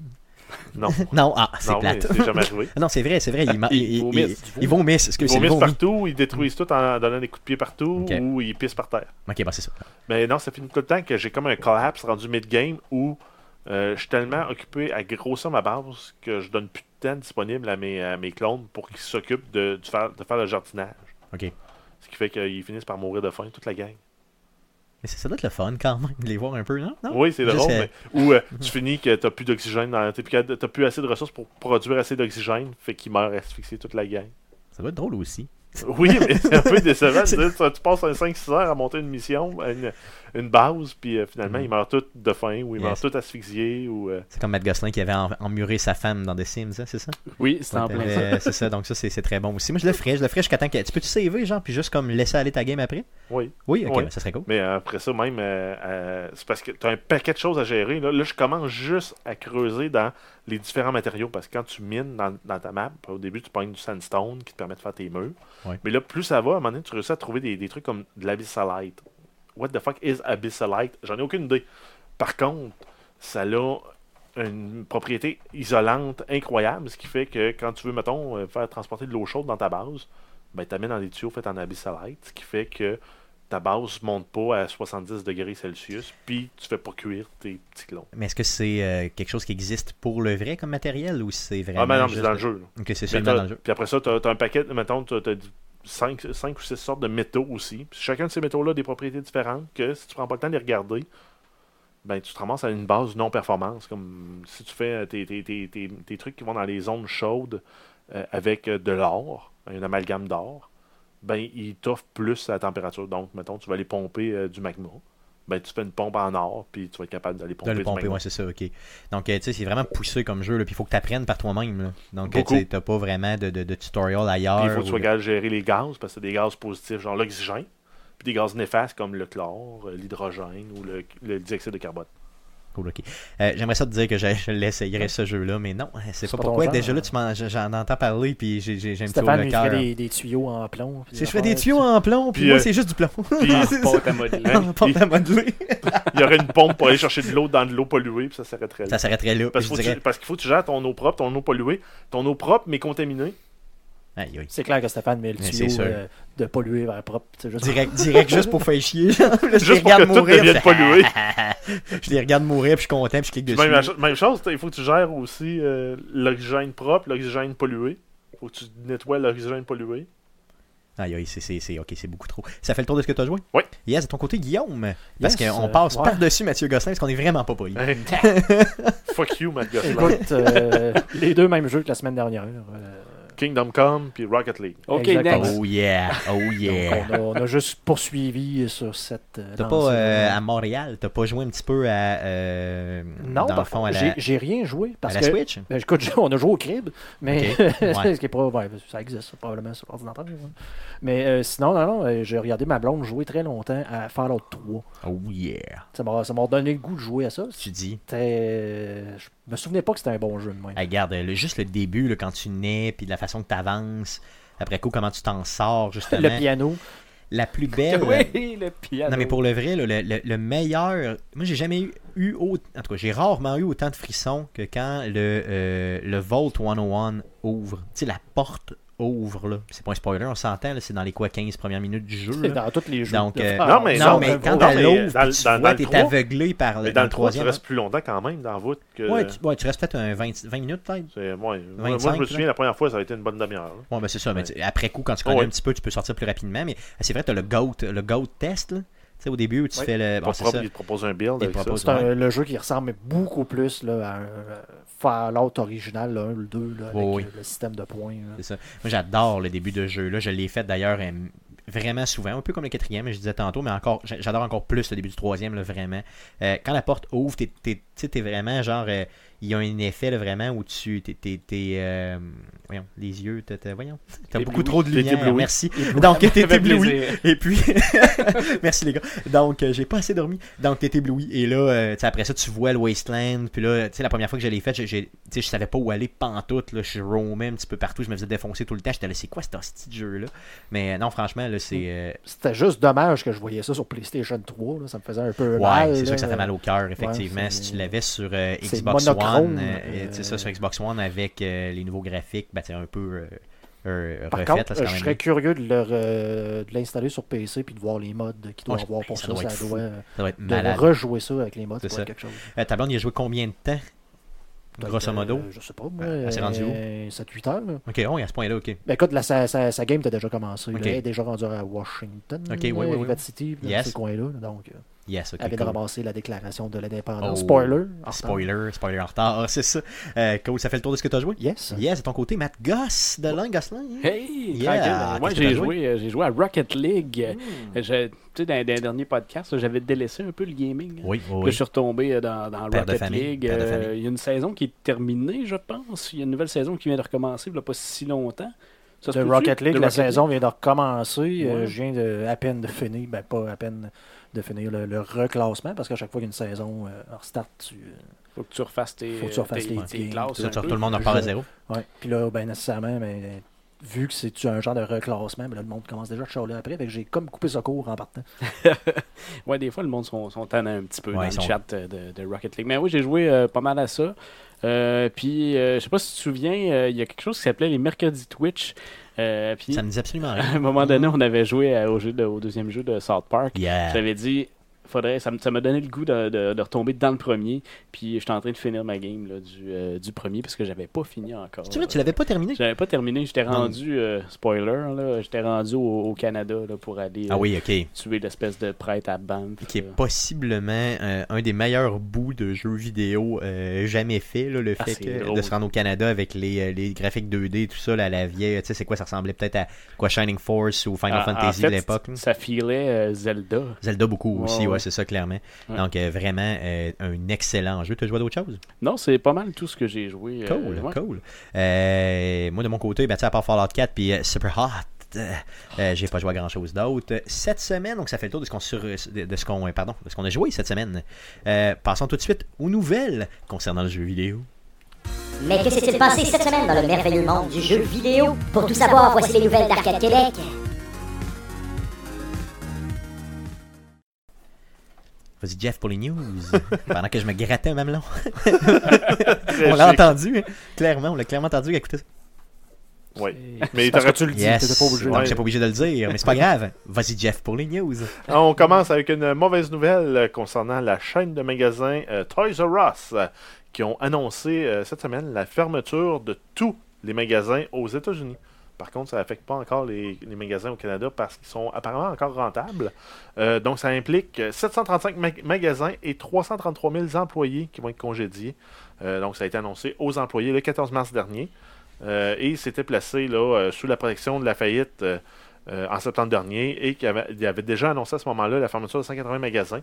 Speaker 3: Non,
Speaker 1: Non, ah, c'est
Speaker 3: non, mais
Speaker 1: plate.
Speaker 3: c'est jamais arrivé.
Speaker 1: Ah non, c'est vrai, c'est vrai. Ils, ma- ils, ils, ils,
Speaker 2: vomissent,
Speaker 1: ils vomissent. Est-ce que
Speaker 3: Ils
Speaker 1: c'est le
Speaker 3: vomissent
Speaker 1: vomi?
Speaker 3: partout, ils détruisent tout en donnant des coups de pied partout
Speaker 1: Ok.
Speaker 3: ou ils pissent par terre.
Speaker 1: Ok, bah c'est ça.
Speaker 3: Mais non, ça finit tout le temps que j'ai comme un collapse rendu mid-game où euh, je suis tellement occupé à grossir ma base que je donne plus de temps disponible à mes, à mes clones pour qu'ils s'occupent de, du faire, de faire le jardinage.
Speaker 1: Ok.
Speaker 3: Ce qui fait qu'ils finissent par mourir de faim, toute la gang.
Speaker 1: Mais ça, ça doit être le fun quand même, de les voir un peu, non? non?
Speaker 3: oui, c'est
Speaker 1: Juste,
Speaker 3: drôle.
Speaker 1: euh,
Speaker 3: mais- Ou euh, tu finis que t'as plus d'oxygène, dans- t'as plus qu'à- t'as plus assez de ressources pour produire assez d'oxygène, fait qu'ils meurent asphyxiés toute la gang.
Speaker 1: Ça doit être drôle aussi.
Speaker 3: Oui, mais c'est un peu décevant. de dire, tu, tu passes un 5-6 heures à monter une mission, une, une base, puis euh, finalement,
Speaker 1: Mhm.
Speaker 3: ils meurent tous de faim, ou ils
Speaker 1: Yes.
Speaker 3: meurent tous asphyxiés, ou... euh,
Speaker 1: C'est comme Matt Gosselin qui avait en- emmuré sa femme dans The Sims, hein, c'est ça?
Speaker 2: Oui, c'est en plein ça.
Speaker 1: Euh, c'est ça, donc ça c'est c'est très bon aussi. Moi je le ferais, je le ferais jusqu'à temps que. Tu peux-tu saver, genre, puis juste comme laisser aller ta game après?
Speaker 3: Oui.
Speaker 1: Oui, ok,
Speaker 3: Ouais.
Speaker 1: ben, ça serait cool.
Speaker 3: Mais euh, après ça, même, euh, euh, c'est parce que tu as un paquet de choses à gérer. Là. Là, je commence juste à creuser dans les différents matériaux. Parce que quand tu mines dans, dans ta map, au début, tu pognes du sandstone qui te permet de faire tes murs.
Speaker 1: Ouais.
Speaker 3: Mais là, plus ça va, à un moment donné, tu réussis à trouver des, des trucs comme de l'abyssalite. What the fuck is abyssalite? J'en ai aucune idée. Par contre, ça a une propriété isolante incroyable, ce qui fait que quand tu veux, mettons, euh, faire transporter de l'eau chaude dans ta base, ben, tu dans des tuyaux faits en abyssalite, ce qui fait que ta base monte pas à 70 degrés Celsius, puis tu fais pas cuire tes petits clones.
Speaker 1: Mais est-ce que c'est euh, quelque chose qui existe pour le vrai comme matériel ou c'est vraiment.
Speaker 3: Ah, mais non, mais
Speaker 1: juste-
Speaker 3: c'est dans le jeu. là.
Speaker 1: Ok, c'est
Speaker 3: Mais
Speaker 1: seulement dans
Speaker 3: t'as-
Speaker 1: le jeu.
Speaker 3: Puis après ça, tu as, un paquet, mettons, tu as, 5, ou 6 sortes de métaux aussi. Puis chacun de ces métaux-là a des propriétés différentes que si tu prends pas le temps de les regarder, ben tu te ramasses à une base non-performance. Comme si tu fais euh, tes, tes- tes- tes- tes trucs qui vont dans les zones chaudes euh, avec euh, de l'or, un amalgame d'or, ben ils t'offrent plus à la température. Donc, mettons, tu vas aller pomper euh, du magma. Ben, tu fais une pompe en or, puis tu vas être capable d'aller pomper
Speaker 1: De le
Speaker 3: du
Speaker 1: pomper,
Speaker 3: magma.
Speaker 1: ouais, c'est ça, ok. Donc, euh, tu sais, c'est vraiment poussé comme jeu, là, puis il faut que tu apprennes par toi-même. là. Donc, euh,
Speaker 3: Beaucoup.
Speaker 1: tu sais, t'as pas vraiment de, de- de tutorial ailleurs.
Speaker 3: Puis il faut que tu
Speaker 1: ou
Speaker 3: sois
Speaker 1: de-
Speaker 3: capable de gérer les gaz, parce que c'est des gaz positifs, genre l'oxygène, puis des gaz néfastes comme le chlore, euh, l'hydrogène ou le, le dioxyde de carbone.
Speaker 1: cool, ok. Euh, J'aimerais ça te dire que je, je l'essayerais ce jeu-là, mais non, euh, c'est
Speaker 4: C'est
Speaker 1: pas
Speaker 4: pas ton
Speaker 1: pourquoi.
Speaker 4: genre,
Speaker 1: Déjà là,
Speaker 4: hein.
Speaker 1: tu m'en- j'en entends parler, puis j'ai j'ai- j'ai un petit haut
Speaker 4: Stéphane,
Speaker 1: le
Speaker 4: il
Speaker 1: cœur.
Speaker 4: fait des, des tuyaux en plomb. puis
Speaker 1: C'est- Je
Speaker 4: des
Speaker 1: fais des
Speaker 4: affaires,
Speaker 1: tuyaux
Speaker 4: puis
Speaker 1: en plomb, puis
Speaker 3: Puis,
Speaker 1: moi,
Speaker 3: euh,
Speaker 1: c'est juste du plomb.
Speaker 3: puis,
Speaker 1: C'est ça.
Speaker 2: Porte à modeler.
Speaker 1: En pâte à modeler.
Speaker 3: Il y aurait une pompe pour aller chercher de l'eau dans de l'eau polluée, puis ça s'arrêterait là.
Speaker 1: Ça s'arrêterait là, puis
Speaker 3: Parce
Speaker 1: je
Speaker 3: qu'il faut, que
Speaker 1: dirais.
Speaker 3: tu- parce qu'il faut que tu gères ton eau propre, ton eau polluée, ton eau propre mais contaminée.
Speaker 1: Aïe, aïe.
Speaker 4: C'est clair que Stéphane met le
Speaker 1: Mais c'est
Speaker 4: tuyau
Speaker 1: sûr.
Speaker 4: euh, de polluer vers propre. C'est juste
Speaker 1: Direct, direct juste pour faire chier. genre. Là, je
Speaker 3: Juste
Speaker 1: les
Speaker 3: pour
Speaker 1: regarde
Speaker 3: que tout
Speaker 1: mourir.
Speaker 3: devienne
Speaker 1: je fais,
Speaker 3: pollué.
Speaker 1: je les regarde mourir, puis je suis content, puis je clique
Speaker 3: Puis
Speaker 1: dessus.
Speaker 3: Même, la cho- même chose, t'as- il faut que tu gères aussi euh, l'oxygène propre, l'oxygène pollué. Il faut que tu nettoies l'oxygène pollué.
Speaker 1: Aïe, aïe, c'est- c'est c'est- ok, c'est beaucoup trop. Ça fait le tour de ce que tu as joué?
Speaker 3: Oui.
Speaker 1: Yes, de ton côté, Guillaume. Parce
Speaker 4: Yes,
Speaker 1: qu'on
Speaker 4: euh,
Speaker 1: passe
Speaker 4: ouais.
Speaker 1: par-dessus Mathieu Gosselin, parce qu'on est vraiment pas poli.
Speaker 3: Hey. Fuck you, Matt Gosselin.
Speaker 4: Écoute, euh, les deux mêmes jeux que la semaine dernière. euh,
Speaker 3: Kingdom Come puis Rocket League.
Speaker 2: Ok,
Speaker 4: Exactement.
Speaker 2: next.
Speaker 1: Oh yeah, oh yeah.
Speaker 4: donc on, a, on a juste poursuivi sur cette. euh,
Speaker 1: T'as
Speaker 4: lancée.
Speaker 1: pas, euh, à Montréal, t'as pas joué un petit peu à... euh,
Speaker 4: Non,
Speaker 1: dans le
Speaker 4: par
Speaker 1: fond, à
Speaker 4: contre,
Speaker 1: la,
Speaker 4: j'ai- j'ai rien joué.
Speaker 1: à
Speaker 4: Parce
Speaker 1: la
Speaker 4: que,
Speaker 1: Switch?
Speaker 4: Ben, écoute, on a joué au crib, mais
Speaker 1: Ok, ouais.
Speaker 4: ce qui est pas, ouais, ça existe probablement sur l'ordinateur. hein. Mais euh, sinon, non, non, euh, j'ai regardé ma blonde jouer très longtemps à Fallout 3.
Speaker 1: Oh yeah.
Speaker 4: Ça m'a ça m'a donné le goût de jouer à ça.
Speaker 1: Tu dis...
Speaker 4: C'était- euh, Je me souvenais pas que c'était un bon jeu de moi.
Speaker 1: Hey, regarde, le- juste le début, là, quand tu nais, puis de la façon que tu avances, après coup, comment tu t'en sors, justement.
Speaker 4: Le piano.
Speaker 1: La plus belle.
Speaker 2: Oui, le piano.
Speaker 1: Non, mais pour le vrai, là, le, le- le meilleur. Moi, j'ai jamais eu, eu autant. En tout cas, j'ai rarement eu autant de frissons que quand le, euh, le Vault 101 ouvre. Tu sais, la porte ouvre, là. C'est pas un spoiler, on s'entend, là, c'est dans les quoi, 15 premières minutes du jeu. là.
Speaker 4: dans tous les jeux.
Speaker 1: Donc,
Speaker 4: de
Speaker 1: euh,
Speaker 4: Fallout.
Speaker 3: non, mais-
Speaker 1: non,
Speaker 3: dans-
Speaker 1: mais
Speaker 4: dans-
Speaker 1: quand
Speaker 3: dans-
Speaker 1: elle
Speaker 3: hein, mais
Speaker 1: ouvre,
Speaker 3: dans-
Speaker 1: puis tu
Speaker 3: dans-
Speaker 1: vois,
Speaker 3: dans le
Speaker 1: t'es
Speaker 3: trois-
Speaker 1: aveuglé par
Speaker 3: Mais
Speaker 1: le,
Speaker 3: dans le 3, tu
Speaker 1: troisième. hein.
Speaker 3: restes plus longtemps quand même dans la voûte que.
Speaker 1: Ouais, tu, ouais, tu restes peut-être un 20, 20 minutes, peut-être.
Speaker 3: C'est- moi, moi,
Speaker 1: 25,
Speaker 3: je me souviens, la première fois, ça a été une bonne demi-heure. hein. là.
Speaker 1: Ouais, ben c'est ça. Mais
Speaker 3: Ouais. Ah
Speaker 1: tu- après coup, quand tu connais
Speaker 3: Ouais.
Speaker 1: un petit peu, tu peux sortir plus rapidement. Mais c'est vrai, tu as le GOAT, le GOAT test. là. Tu sais, au début, où tu
Speaker 4: Ouais.
Speaker 1: fais le. Bon,
Speaker 3: Pas
Speaker 1: c'est
Speaker 3: propre,
Speaker 1: ça.
Speaker 3: il te propose un build.
Speaker 1: Il
Speaker 3: avec ça.
Speaker 1: propose-
Speaker 4: C'est un- le jeu qui ressemble beaucoup plus là, à un euh, Fallout original, le 1 le 2, là, avec
Speaker 1: Oui, oui.
Speaker 4: euh, le système de points. là.
Speaker 1: C'est ça. Moi, j'adore le début de jeu. Là. Je l'ai fait d'ailleurs euh, vraiment souvent, un peu comme le quatrième, je disais tantôt, mais encore, j'a- j'adore encore plus le début du troisième, là, vraiment. Euh, quand la porte ouvre, t'es, t'es, tu sais, t'es vraiment genre. euh, il y a un effet là, vraiment où tu. T'es, t'es, t'es, euh, voyons, les yeux, t'as, t'as- voyons. T'as
Speaker 2: T'es
Speaker 1: beaucoup
Speaker 2: ébloui.
Speaker 1: trop de
Speaker 3: T'es
Speaker 1: lumière.
Speaker 3: ébloui.
Speaker 1: Merci. Donc, t'es
Speaker 2: Avec
Speaker 1: ébloui.
Speaker 2: plaisir.
Speaker 1: Et puis, merci les gars. Donc, euh, j'ai pas assez dormi. Donc, t'es ébloui. Et là, euh, tu sais, après ça, tu vois le wasteland. Puis là, tu sais, la première fois que je l'ai fait, j'ai- j'ai- tu sais, je savais pas où aller pantoute. Là. Je roamais un petit peu partout. Je me faisais défoncer tout le temps. J'étais là, c'est quoi cet hostie de jeu-là? Mais euh, non, franchement, là, c'est. euh,
Speaker 4: C'était juste dommage que je voyais ça sur PlayStation 3. là, ça me faisait un peu mal.
Speaker 1: Ouais, c'est sûr
Speaker 4: là.
Speaker 1: que ça fait mal au cœur, effectivement.
Speaker 4: Ouais, c'est-
Speaker 1: si tu l'avais sur euh,
Speaker 4: c'est
Speaker 1: Xbox
Speaker 4: monochrome,
Speaker 1: One, euh,
Speaker 4: euh,
Speaker 1: tu sais, ça, sur Xbox One avec euh, les nouveaux graphiques, bah, c'est un peu euh, euh,
Speaker 4: Par
Speaker 1: refait,
Speaker 4: contre,
Speaker 1: là, c'est
Speaker 4: euh,
Speaker 1: quand
Speaker 4: je
Speaker 1: même
Speaker 4: serais curieux de leur, euh, de l'installer sur PC puis de voir les modes qu'il doit
Speaker 1: Oh, je-
Speaker 4: avoir pour
Speaker 1: ça
Speaker 4: ça.
Speaker 1: doit être
Speaker 4: ça
Speaker 1: fou.
Speaker 4: doit euh,
Speaker 1: Ça doit être
Speaker 4: de
Speaker 1: malade.
Speaker 4: rejouer ça avec les modes.
Speaker 1: C'est
Speaker 4: Ça doit
Speaker 1: ça.
Speaker 4: être quelque chose.
Speaker 1: Euh, ta blonde, il a joué combien de temps Grosso
Speaker 4: Euh,
Speaker 1: modo.
Speaker 4: je sais pas, moi.
Speaker 1: elle s'est rendue où?
Speaker 4: 7-8 heures. là.
Speaker 1: Ok, on est à ce point-là, ok.
Speaker 4: Ben, écoute, là, sa, sa- sa game t'a déjà commencé. là.
Speaker 1: Ok.
Speaker 4: Elle est déjà rendue à Washington,
Speaker 1: Ok, oui,
Speaker 4: là,
Speaker 1: oui, oui.
Speaker 4: Rivet City, là,
Speaker 1: Yes.
Speaker 4: ces coins-là. là. Donc, euh,
Speaker 1: Yes, ok.
Speaker 4: elle vient de
Speaker 1: cool.
Speaker 4: ramasser la déclaration de l'indépendance.
Speaker 1: Oh.
Speaker 4: Spoiler. en retard.
Speaker 1: Spoiler, spoiler en retard, Ah, c'est ça. Euh, cool, ça fait le tour de ce que tu as joué?
Speaker 4: Yes.
Speaker 1: Yes, c'est ton côté, Matt Goss de Lang Gosselin. hein?
Speaker 2: Hey,
Speaker 1: Yeah,
Speaker 2: tranquille. Moi,
Speaker 1: qu'est-ce que t'as
Speaker 2: j'ai
Speaker 1: joué?
Speaker 2: joué, euh, j'ai joué à Rocket League. Je- Tu sais, dans, dans les derniers podcasts, là, j'avais délaissé un peu le gaming. hein. là.
Speaker 1: Oui,
Speaker 2: Puis
Speaker 1: oui,
Speaker 2: là,
Speaker 1: oui.
Speaker 2: je suis retombé euh, dans, dans
Speaker 1: Père de
Speaker 2: Rocket
Speaker 1: famille,
Speaker 2: League.
Speaker 1: père de
Speaker 2: Euh,
Speaker 1: famille.
Speaker 2: il y a une saison qui est terminée, je pense. Il y a une nouvelle saison qui vient de recommencer, il n'y a pas si longtemps. Ça se
Speaker 4: de
Speaker 2: peut-tu?
Speaker 4: Rocket League,
Speaker 2: De
Speaker 4: la
Speaker 2: Rocket
Speaker 4: saison vient de recommencer. Euh,
Speaker 2: Ouais.
Speaker 4: je viens de, à peine de finir, ben pas à peine de finir le, le reclassement, parce qu'à chaque fois qu'une saison euh, restart, tu. euh,
Speaker 2: Faut que tu refasses tes,
Speaker 4: Faut que tu refasses
Speaker 2: tes-
Speaker 4: les
Speaker 2: tes
Speaker 4: games,
Speaker 2: classes
Speaker 1: Tout, ça,
Speaker 2: un
Speaker 1: tout
Speaker 2: peu.
Speaker 1: le monde en part à
Speaker 4: Je-
Speaker 1: zéro.
Speaker 4: ouais. Puis là, ben nécessairement, ben, vu que c'est un genre de reclassement, ben là, le monde commence déjà à chialer après. Fait que j'ai comme coupé ce cours en partant.
Speaker 2: Ouais, des fois, le monde sont, sont tannés un petit peu
Speaker 1: Ouais,
Speaker 2: dans
Speaker 1: ils
Speaker 2: le
Speaker 1: sont-
Speaker 2: chat euh, de, de Rocket League. Mais oui, j'ai joué euh, pas mal à ça. Euh, puis, euh, je sais pas si tu te souviens, euh, il y a quelque chose qui s'appelait les mercredis Twitch. Euh, puis,
Speaker 1: Ça me dit absolument
Speaker 2: à
Speaker 1: rien.
Speaker 2: un moment donné,
Speaker 4: Mm-hmm.
Speaker 2: on avait joué à- au, jeu de- au deuxième jeu de South Park.
Speaker 1: Yeah.
Speaker 2: J'avais dit, faudrait, ça me- ça m'a donné le goût de, de- de retomber dans le premier. Puis, j'étais en train de finir ma game là, du, euh, du premier parce que j'avais pas fini encore.
Speaker 1: Tu vois, tu l'avais pas terminé?
Speaker 2: J'avais pas terminé. J'étais
Speaker 1: Non.
Speaker 2: rendu, euh, spoiler, là, j'étais rendu au, au Canada là, pour aller
Speaker 1: Ah
Speaker 2: euh,
Speaker 1: oui, ok.
Speaker 2: tuer l'espèce de prêtre à Banff.
Speaker 1: Qui est
Speaker 2: euh.
Speaker 1: possiblement euh, un des meilleurs bouts de jeux vidéo euh, jamais fait, là, le
Speaker 2: Ah,
Speaker 1: fait
Speaker 2: c'est
Speaker 1: que-
Speaker 2: drôle.
Speaker 1: de se rendre au Canada avec les, euh, les graphiques 2D, tout ça, là, la vieille, tu sais, c'est quoi, ça ressemblait peut-être à quoi, Shining Force ou Final
Speaker 2: Ah, En- en
Speaker 1: Fantasy
Speaker 2: fait,
Speaker 1: de l'époque. là.
Speaker 2: Ça filait euh, Zelda.
Speaker 1: Zelda beaucoup
Speaker 2: Ouais,
Speaker 1: aussi, ouais,
Speaker 2: ouais.
Speaker 1: c'est ça, clairement.
Speaker 2: Ouais.
Speaker 1: Donc, euh, vraiment, euh, un excellent jeu. Tu as joué à d'autres choses?
Speaker 2: Non, c'est pas mal tout ce que j'ai joué. euh,
Speaker 1: Cool,
Speaker 2: ouais.
Speaker 1: cool. Euh, moi, de mon côté, ben, tu sais, à part Fallout 4 puis euh, Super Hot, Euh, euh, j'ai pas joué à grand chose d'autre. Cette semaine, donc ça fait le tour de ce qu'on sur- de de ce qu'on euh, pardon, de ce qu'on a joué cette semaine. Euh, passons tout de suite aux nouvelles concernant le jeu vidéo.
Speaker 5: Mais que s'est-il passé cette semaine dans le merveilleux monde du jeu vidéo Pour tout savoir, voici les nouvelles d'Arcade Québec.
Speaker 1: Vas-y Jeff pour les news. Pendant que je me grattais un mamelon.
Speaker 3: Très
Speaker 1: on l'a
Speaker 3: chic.
Speaker 1: entendu, hein. clairement, on l'a clairement entendu écoutez ça.
Speaker 3: Oui.
Speaker 4: Mais
Speaker 3: Mais
Speaker 4: t'aurais-tu
Speaker 3: t'aurais-tu
Speaker 4: le dit? T'étais
Speaker 1: Yes.
Speaker 4: pas obligé.
Speaker 1: Donc
Speaker 3: Ouais.
Speaker 1: j'étais pas obligé de le dire, mais c'est pas grave. Vas-y Jeff pour les news.
Speaker 3: Ah, On commence avec une mauvaise nouvelle euh, concernant la chaîne de magasins euh, Toys R Us euh, qui ont annoncé euh, cette semaine la fermeture de tous les magasins aux États-Unis. Par contre, ça n'affecte pas encore les, les magasins au Canada parce qu'ils sont apparemment encore rentables. Euh, donc, ça implique euh, 735 ma- magasins et 333 000 employés qui vont être congédiés. Euh, donc, ça a été annoncé aux employés le 14 mars dernier. Euh, et c'était placé là, euh, sous la protection de la faillite euh, euh, en septembre dernier et qui avait, il avait déjà annoncé à ce moment-là la fermeture de 180 magasins.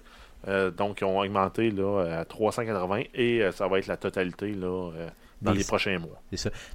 Speaker 3: Euh, donc, ils ont augmenté là, à 380 et euh, ça va être la totalité là, euh, dans
Speaker 1: Des-
Speaker 3: les prochains mois.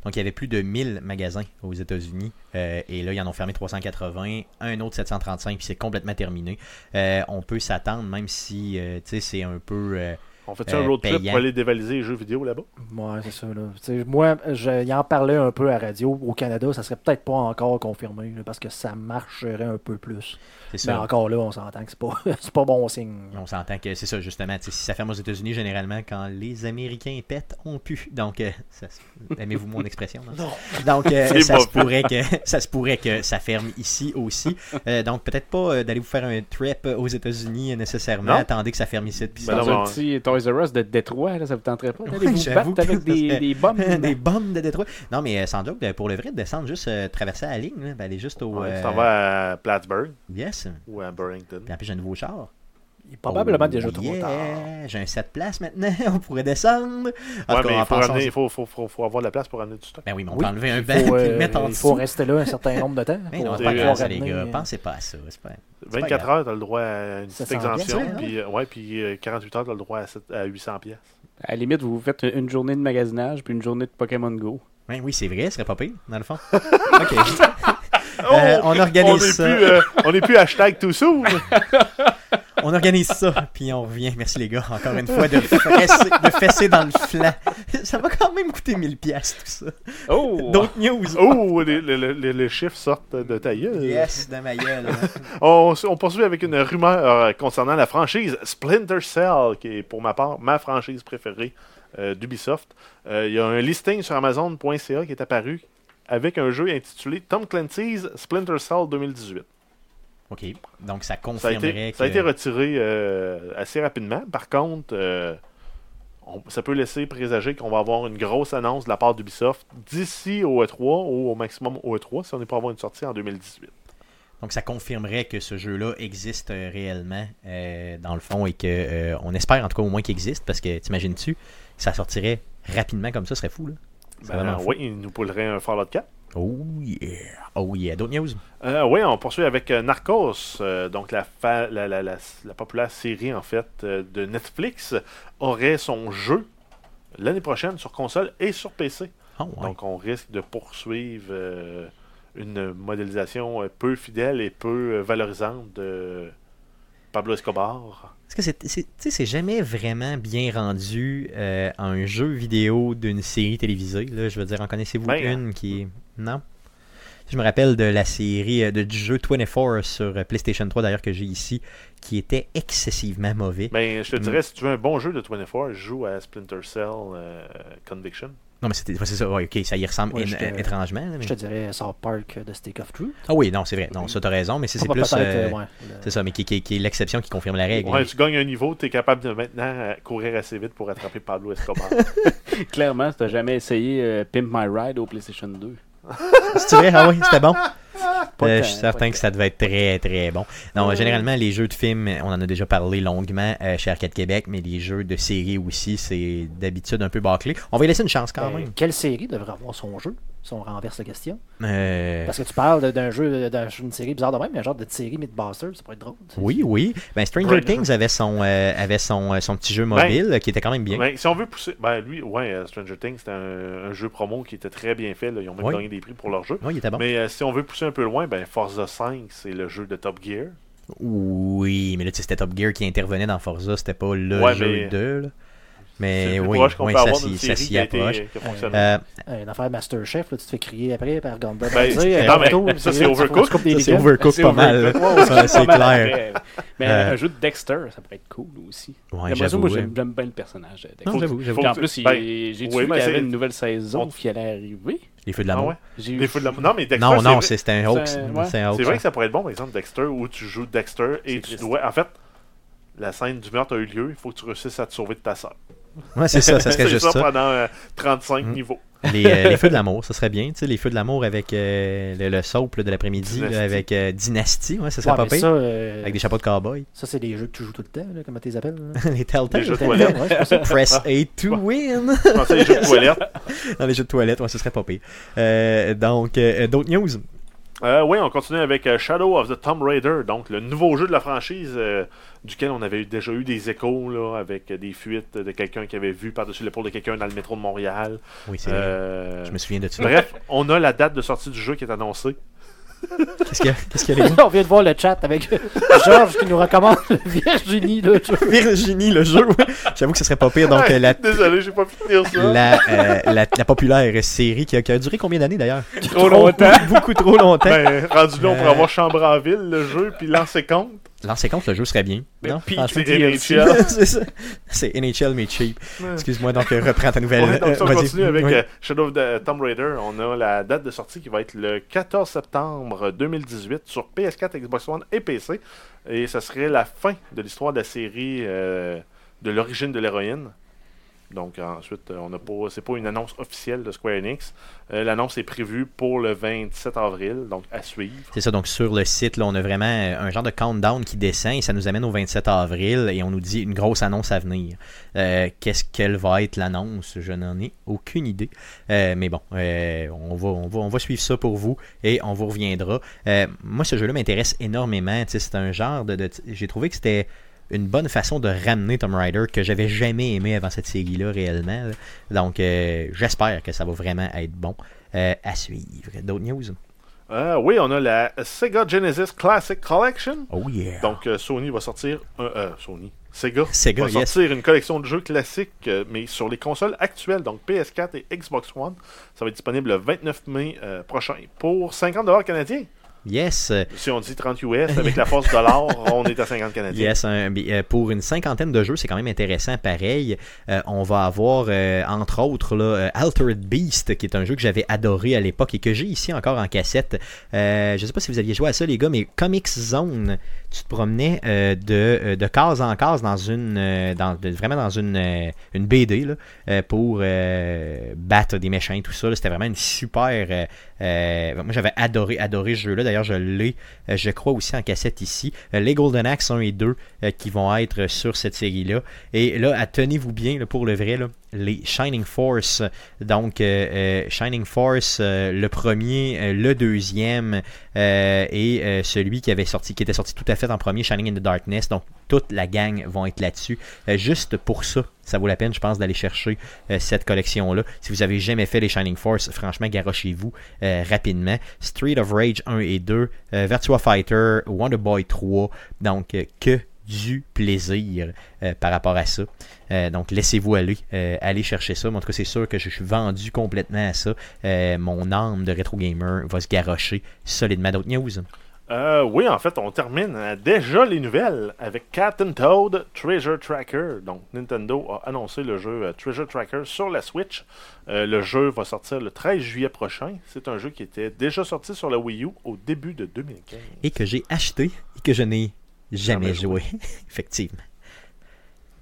Speaker 1: Donc, il y avait plus de 1000 magasins aux États-Unis. euh, et là, ils en ont fermé 380, un autre 735, puis c'est complètement terminé. Euh, on peut s'attendre, même si euh, tu sais, c'est un peu. euh,
Speaker 3: On fait un
Speaker 1: Euh,
Speaker 3: road trip
Speaker 1: payant.
Speaker 3: pour aller dévaliser les jeux vidéo là-bas?
Speaker 4: Ouais, c'est ça. Là. Tu sais, Moi, je- il en parlait un peu à radio. Au Canada, ça serait peut-être pas encore confirmé là, parce que ça marcherait un peu plus.
Speaker 1: c'est
Speaker 4: Mais
Speaker 3: Ben,
Speaker 1: ça.
Speaker 4: encore là, on s'entend que c'est pas, c'est pas bon signe.
Speaker 1: On s'entend que c'est ça, justement. tu sais, Si ça ferme aux États-Unis, généralement, quand les Américains pètent, on pue. Donc, euh, ça se- aimez-vous mon expression Non. Donc, euh,
Speaker 3: C'est
Speaker 1: ça, se
Speaker 3: mauvais.
Speaker 1: pourrait que, ça se pourrait que ça ferme ici aussi. Euh, donc, peut-être pas euh, d'aller vous faire un trip aux États-Unis euh, nécessairement.
Speaker 3: Non.
Speaker 1: Attendez que ça ferme ici. Puis
Speaker 3: Ben
Speaker 1: ça-
Speaker 2: Dans
Speaker 3: non,
Speaker 2: un
Speaker 3: mais-
Speaker 2: petit Toys R Us de Détroit, là, ça vous tenterait pas d'aller
Speaker 1: Ouais,
Speaker 2: vous
Speaker 1: j'avoue
Speaker 2: battre avec
Speaker 1: que-
Speaker 2: des, des
Speaker 4: Ah,
Speaker 2: bombes
Speaker 1: des bombes de Détroit. Non, mais euh, sans joke, euh, pour le vrai, descendre juste, euh, traverser la ligne, là, ben, aller juste au.
Speaker 3: Ouais,
Speaker 1: euh,
Speaker 3: Tu t'en vas à Plattsburg
Speaker 1: Yes.
Speaker 3: ou à Burlington.
Speaker 1: Puis en plus, j'ai un nouveau char.
Speaker 4: Il est probablement
Speaker 1: Oh,
Speaker 4: déjà trop
Speaker 1: yeah.
Speaker 4: tard.
Speaker 1: J'ai un 7 places maintenant. On pourrait descendre. En
Speaker 3: Ouais,
Speaker 1: tout cas,
Speaker 3: mais
Speaker 1: en
Speaker 3: il faut,
Speaker 1: pensant-
Speaker 3: amener- faut- faut- faut- faut avoir de la place pour amener du stock.
Speaker 1: Ben oui, mais on
Speaker 4: Oui,
Speaker 1: peut enlever un
Speaker 4: Il
Speaker 1: banc et
Speaker 4: faut,
Speaker 1: le
Speaker 4: euh,
Speaker 1: mettre en
Speaker 4: il faut
Speaker 1: dessous.
Speaker 4: rester là un certain nombre de temps.
Speaker 1: Mais non,
Speaker 4: pour
Speaker 1: c'est
Speaker 3: faut
Speaker 1: pas
Speaker 4: pouvoir
Speaker 1: grave, ça, les
Speaker 4: ramener,
Speaker 1: gars.
Speaker 4: euh,
Speaker 1: Pensez pas à ça. c'est pas- c'est pas
Speaker 3: 24
Speaker 1: grave.
Speaker 3: heures, tu as le droit à une petite
Speaker 4: 700 piastres,
Speaker 3: exemption.
Speaker 1: ouais,
Speaker 3: puis, euh, ouais, puis euh, 48 heures, tu as le droit à, sept- à 800 pièces.
Speaker 2: À la limite, vous faites une journée de magasinage puis une journée de Pokémon Go.
Speaker 1: Ouais, Ben oui, c'est vrai, ce serait pas pire, dans le fond. OK. Euh, on
Speaker 3: Oh, on
Speaker 1: organise
Speaker 3: n'est
Speaker 1: ça.
Speaker 3: plus, euh, on n'est plus hashtag tout soon.
Speaker 1: On organise ça, puis on revient. Merci les gars, encore une fois, de fesser, de fesser dans le flanc. Ça va quand même coûter 1000 pièces tout ça.
Speaker 2: Oh!
Speaker 1: D'autres news.
Speaker 3: Oh, les, les- les- les chiffres sortent de ta gueule.
Speaker 1: Yes, de ma gueule.
Speaker 3: On, on poursuit avec une rumeur euh, concernant la franchise Splinter Cell, qui est pour ma part ma franchise préférée euh, d'Ubisoft. Euh, Il y a un listing sur Amazon.ca qui est apparu avec un jeu intitulé Tom Clancy's Splinter Cell 2018.
Speaker 1: OK, donc ça
Speaker 3: Ça a
Speaker 1: confirmerait
Speaker 3: été,
Speaker 1: que...
Speaker 3: ça a été retiré euh, assez rapidement. Par contre, euh, on- ça peut laisser présager qu'on va avoir une grosse annonce de la part d'Ubisoft d'ici au E3 ou au maximum au E3 si on n'est pas avoir une sortie en 2018.
Speaker 1: Donc ça confirmerait que ce jeu-là existe euh, réellement, euh, dans le fond, et que euh, on espère en tout cas au moins qu'il existe, parce que t'imagines-tu, ça sortirait rapidement comme ça, ce serait fou, là. C'est
Speaker 3: Ben,
Speaker 1: vraiment fou.
Speaker 3: oui, il nous poulerait un Fallout 4.
Speaker 1: Oh yeah! Oh yeah! D'autres news?
Speaker 3: Euh, oui, on poursuit avec euh, Narcos, euh, donc la, fa- la, la- la- la populaire série en fait euh, de Netflix aurait son jeu l'année prochaine sur console et sur PC.
Speaker 1: Oh ouais.
Speaker 3: Donc on risque de poursuivre euh, une modélisation euh, peu fidèle et peu euh, valorisante de Pablo Escobar.
Speaker 1: Parce que c'est, c'est- tu sais, c'est jamais vraiment bien rendu euh, un jeu vidéo d'une série télévisée. Là, je veux dire, en connaissez-vous
Speaker 3: Ben,
Speaker 4: hein.
Speaker 1: une qui est... Non? Je me rappelle de la série, euh, de, du jeu 24 sur euh, PlayStation 3 d'ailleurs que j'ai ici, qui était excessivement mauvais.
Speaker 4: Ben.
Speaker 3: Mais Ben, je te
Speaker 1: Mm.
Speaker 3: dirais, si tu veux un bon jeu de 24, joue à Splinter Cell euh, Conviction.
Speaker 1: Non, mais c'était, ouais, c'est ça, ouais, ok, ça y ressemble
Speaker 4: Ouais,
Speaker 1: é-
Speaker 4: je te-
Speaker 1: étrangement. là, mais-
Speaker 4: Je te dirais South Park euh, de Stick of Truth.
Speaker 1: Ah oui, non, c'est vrai, non, ça t'as raison, mais c'est, c'est
Speaker 4: Ah,
Speaker 1: plus...
Speaker 4: peut-être,
Speaker 1: euh,
Speaker 4: euh, ouais, le-
Speaker 1: C'est ça, mais qui, qui- qui est l'exception qui confirme la règle.
Speaker 3: Ouais, tu gagnes un niveau, tu es capable de maintenant euh, courir assez vite pour attraper Pablo Escobar.
Speaker 2: Clairement, si t'as jamais essayé euh, Pimp My Ride au PlayStation 2.
Speaker 1: C'est vrai, ah oui, c'était bon. Euh,
Speaker 2: tant,
Speaker 1: je suis
Speaker 2: pas
Speaker 1: certain que ça devait être très très bon. Non, généralement, les jeux de films, on en a déjà parlé longuement euh, chez Arcade Québec, mais les jeux de série aussi, c'est d'habitude un peu bâclé. On va y laisser une chance quand
Speaker 4: Ben,
Speaker 1: même.
Speaker 4: Quelle série devrait avoir son jeu si on renverse la question.
Speaker 1: Euh,
Speaker 4: Parce que tu parles de- d'un jeu, d'un- d'une série bizarre de même, mais un genre de série Mythbuster, ça pourrait être drôle. tu sais.
Speaker 1: Oui, oui. Ben, Stranger
Speaker 3: Ouais.
Speaker 1: Things avait son, euh, avait son, euh, son petit jeu mobile euh, qui était quand même bien.
Speaker 3: Ben, si on veut pousser. Ben, lui, ouais, euh, Stranger Things, c'était un, un jeu promo qui était très bien fait. là. Ils ont même
Speaker 1: Ouais.
Speaker 3: gagné des prix pour leur jeu.
Speaker 1: Oui, il était bon.
Speaker 3: Mais euh, si on veut pousser un peu loin, ben, Forza 5, c'est le jeu de Top Gear.
Speaker 1: Oui, mais là, tu sais, c'était Top Gear qui intervenait dans Forza, c'était pas le
Speaker 3: Ouais,
Speaker 1: jeu
Speaker 3: mais-
Speaker 1: de. là.
Speaker 3: C'est
Speaker 1: Mais
Speaker 3: le plus
Speaker 1: Eh oui,
Speaker 3: proche qu'on
Speaker 1: oui,
Speaker 3: peut
Speaker 1: ça
Speaker 3: avoir
Speaker 1: s'y-
Speaker 3: d'une
Speaker 1: ça
Speaker 3: série
Speaker 1: s'y
Speaker 3: qui a, été-
Speaker 1: approche.
Speaker 3: qui a fonctionné.
Speaker 1: Euh,
Speaker 4: Euh, Une affaire Masterchef, là, tu te fais crier après par Gamba.
Speaker 3: Ben, c'est- non, mais ça, c'est Overcooked.
Speaker 1: ça, c'est Overcooked pas mal. là. Ça, C'est clair.
Speaker 2: Mais
Speaker 1: Euh,
Speaker 2: un jeu de Dexter, ça pourrait être cool aussi.
Speaker 1: Ouais,
Speaker 2: J'ai l'impression,
Speaker 1: j'avoue.
Speaker 2: moi,
Speaker 1: ouais.
Speaker 2: j'aime j'aime bien le personnage de Dexter.
Speaker 1: Non, j'avoue, j'avoue.
Speaker 2: Puis en
Speaker 3: Faut-
Speaker 2: plus, il-
Speaker 3: ben,
Speaker 2: j'ai
Speaker 3: oui,
Speaker 2: trouvé
Speaker 3: mais
Speaker 2: qu'il y
Speaker 3: c'est-
Speaker 2: avait une nouvelle saison
Speaker 3: on-
Speaker 2: qui allait arriver.
Speaker 1: Les feux de
Speaker 3: Ah
Speaker 1: l'amour.
Speaker 3: ouais?
Speaker 2: J'ai
Speaker 3: Des fous de la- Non, mais Dexter.
Speaker 1: euh, Non,
Speaker 3: c'est
Speaker 1: non,
Speaker 3: vrai-
Speaker 1: c'est c'était un hoax.
Speaker 2: C'est- ouais.
Speaker 1: C'est un
Speaker 3: C'est
Speaker 1: hoax.
Speaker 3: vrai
Speaker 1: hein.
Speaker 3: que ça pourrait être bon, par exemple, Dexter, où tu joues Dexter et
Speaker 2: C'est
Speaker 3: tu
Speaker 2: triste.
Speaker 3: dois. En fait, la scène du meurtre a eu lieu, il faut que tu réussisses à te sauver de ta soeur.
Speaker 1: Ouais, c'est ça, ça serait juste ça.
Speaker 3: pendant euh, 35
Speaker 1: Mm.
Speaker 3: niveaux.
Speaker 1: Les, euh, les feux de l'amour, ça serait bien. Tu sais, les feux de l'amour avec euh, le, le soap là, de l'après-midi, là,
Speaker 3: Dynastie.
Speaker 1: avec euh, Dynastie, ouais, ça serait
Speaker 4: Ça,
Speaker 1: pas pire.
Speaker 4: ça, euh,
Speaker 1: Avec des chapeaux de cowboy.
Speaker 4: ça c'est des jeux que tu joues tout le temps, là, comment tu les appelles là?
Speaker 1: les
Speaker 3: Les jeux
Speaker 1: Telltale.
Speaker 3: de toilette.
Speaker 4: Ouais, je pense que-
Speaker 1: Press A to win.
Speaker 3: Je pensais les jeux de toilette.
Speaker 1: Dans les jeux de toilette, ouais, ce serait pas pire. Euh, donc, euh, d'autres news.
Speaker 3: Euh, oui, on continue avec euh, Shadow of the Tomb Raider, donc le nouveau jeu de la franchise euh, duquel on avait eu- déjà eu des échos là, avec euh, des fuites de quelqu'un qui avait vu par-dessus l'épaule de quelqu'un dans le métro de Montréal.
Speaker 1: Oui, c'est vrai.
Speaker 3: Euh,
Speaker 1: Je me souviens de ça.
Speaker 3: Bref, on a la date de sortie du jeu qui est annoncée.
Speaker 1: Qu'est-ce qu'il y a- qu'est-ce qu'il y a les gars?
Speaker 4: on vient de voir le chat avec Georges qui nous recommande le Virginie. Là, tu vois.
Speaker 1: Virginie, le jeu. J'avoue que ce serait pas pire. Donc, euh, la,
Speaker 3: Désolé, j'ai pas pu finir ça.
Speaker 1: la, euh, la, la populaire série qui a, qui a duré combien d'années d'ailleurs
Speaker 2: Trop longtemps.
Speaker 1: Beaucoup trop longtemps.
Speaker 3: Ben, rendu là, on pourrait
Speaker 1: Euh.
Speaker 3: avoir Chambre en ville, le jeu, puis lancer compte.
Speaker 1: L'an 50, le jeu serait bien.
Speaker 2: Mais
Speaker 3: ben,
Speaker 1: non,
Speaker 2: puis,
Speaker 1: franchement.
Speaker 3: C'est
Speaker 2: DLC.
Speaker 3: NHL.
Speaker 1: c'est ça. C'est NHL mais cheap. Excuse-moi, donc euh, reprends ta nouvelle.
Speaker 3: Ouais, donc, si on
Speaker 1: euh, vas-y.
Speaker 3: continue avec
Speaker 1: Oui.
Speaker 3: euh, Shadow of the Tomb Raider, on a la date de sortie qui va être le 14 septembre 2018 sur PS4, Xbox One et PC. Et ce serait la fin de l'histoire de la série euh, de l'origine de l'héroïne. Donc ensuite, euh, on n'a pas, c'est pas une annonce officielle de Square Enix. Euh, l'annonce est prévue pour le 27 avril, donc à suivre.
Speaker 1: C'est ça, donc sur le site, là, on a vraiment euh, un genre de countdown qui descend et ça nous amène au 27 avril et on nous dit une grosse annonce à venir. Euh, Qu'est-ce qu'elle va être l'annonce Je n'en ai aucune idée. Euh, mais bon, euh, on, va, on, va, on va suivre ça pour vous et on vous reviendra. Euh, moi, ce jeu-là m'intéresse énormément. Tu sais, C'est un genre de. de- J'ai trouvé que c'était une bonne façon de ramener Tom Rider que j'avais jamais aimé avant cette série-là réellement. là. Donc, euh, j'espère que ça va vraiment être bon euh, à suivre. D'autres news
Speaker 3: Euh, oui, on a la Sega Genesis Classic Collection.
Speaker 1: Oh yeah
Speaker 3: Donc euh, Sony va sortir un- euh, Sony Sega,
Speaker 1: Sega,
Speaker 3: va
Speaker 1: yes.
Speaker 3: sortir une collection de jeux classiques euh, mais sur les consoles actuelles donc PS4 et Xbox One. Ça va être disponible le 29 mai euh, prochain pour 50 dollars canadiens.
Speaker 1: Yes,
Speaker 3: Si on dit 30 US avec la force dollar, on est à 50 canadiens.
Speaker 1: yes un- mais, euh, pour une cinquantaine de jeux, c'est quand même intéressant. Pareil, Euh, on va avoir euh, entre autres là, euh, Altered Beast, qui est un jeu que j'avais adoré à l'époque et que j'ai ici encore en cassette. Euh, je sais pas si vous aviez joué à ça, les gars, mais Comics Zone, tu te promenais euh, de, euh, de case en case dans une, euh, dans, de- vraiment dans une, euh, une BD là, euh, pour euh, battre des méchants et tout ça. là. C'était vraiment une super. euh, euh, moi, j'avais adoré, adoré ce jeu-là. D'ailleurs, je l'ai, euh, je crois, aussi en cassette ici. Euh, les Golden Axe 1 et 2 euh, qui vont être sur cette série-là. Et là, à- tenez-vous bien, là, pour le vrai, là, les Shining Force. Donc, euh, euh, Shining Force, euh, le premier, euh, le deuxième, euh, et euh, celui qui, avait sorti, qui était sorti tout à fait en premier, Shining in the Darkness. Donc, toute la gang vont être là-dessus. Euh, juste pour ça, ça vaut la peine, je pense, d'aller chercher euh, cette collection-là. Si vous avez jamais fait les Shining Force, franchement, garochez-vous euh, rapidement. Street of Rage 1 et 2, euh, Virtua Fighter, Wonder Boy 3. Donc, euh, que du plaisir euh, par rapport à ça. Euh, donc, laissez-vous aller, euh, allez chercher ça. Mais en tout cas, c'est sûr que je suis vendu complètement à ça. Euh, mon âme de rétro gamer va se garrocher solidement. D'autres news?
Speaker 3: Euh, oui, en fait, on termine euh, déjà les nouvelles avec Captain Toad Treasure Tracker. Donc, Nintendo a annoncé le jeu euh, Treasure Tracker sur la Switch. Euh, le jeu va sortir le 13 juillet prochain. C'est un jeu qui était déjà sorti sur la Wii U au début de 2015.
Speaker 1: Et que j'ai acheté et que je n'ai jamais,
Speaker 3: Jamais
Speaker 1: joué. Effectivement.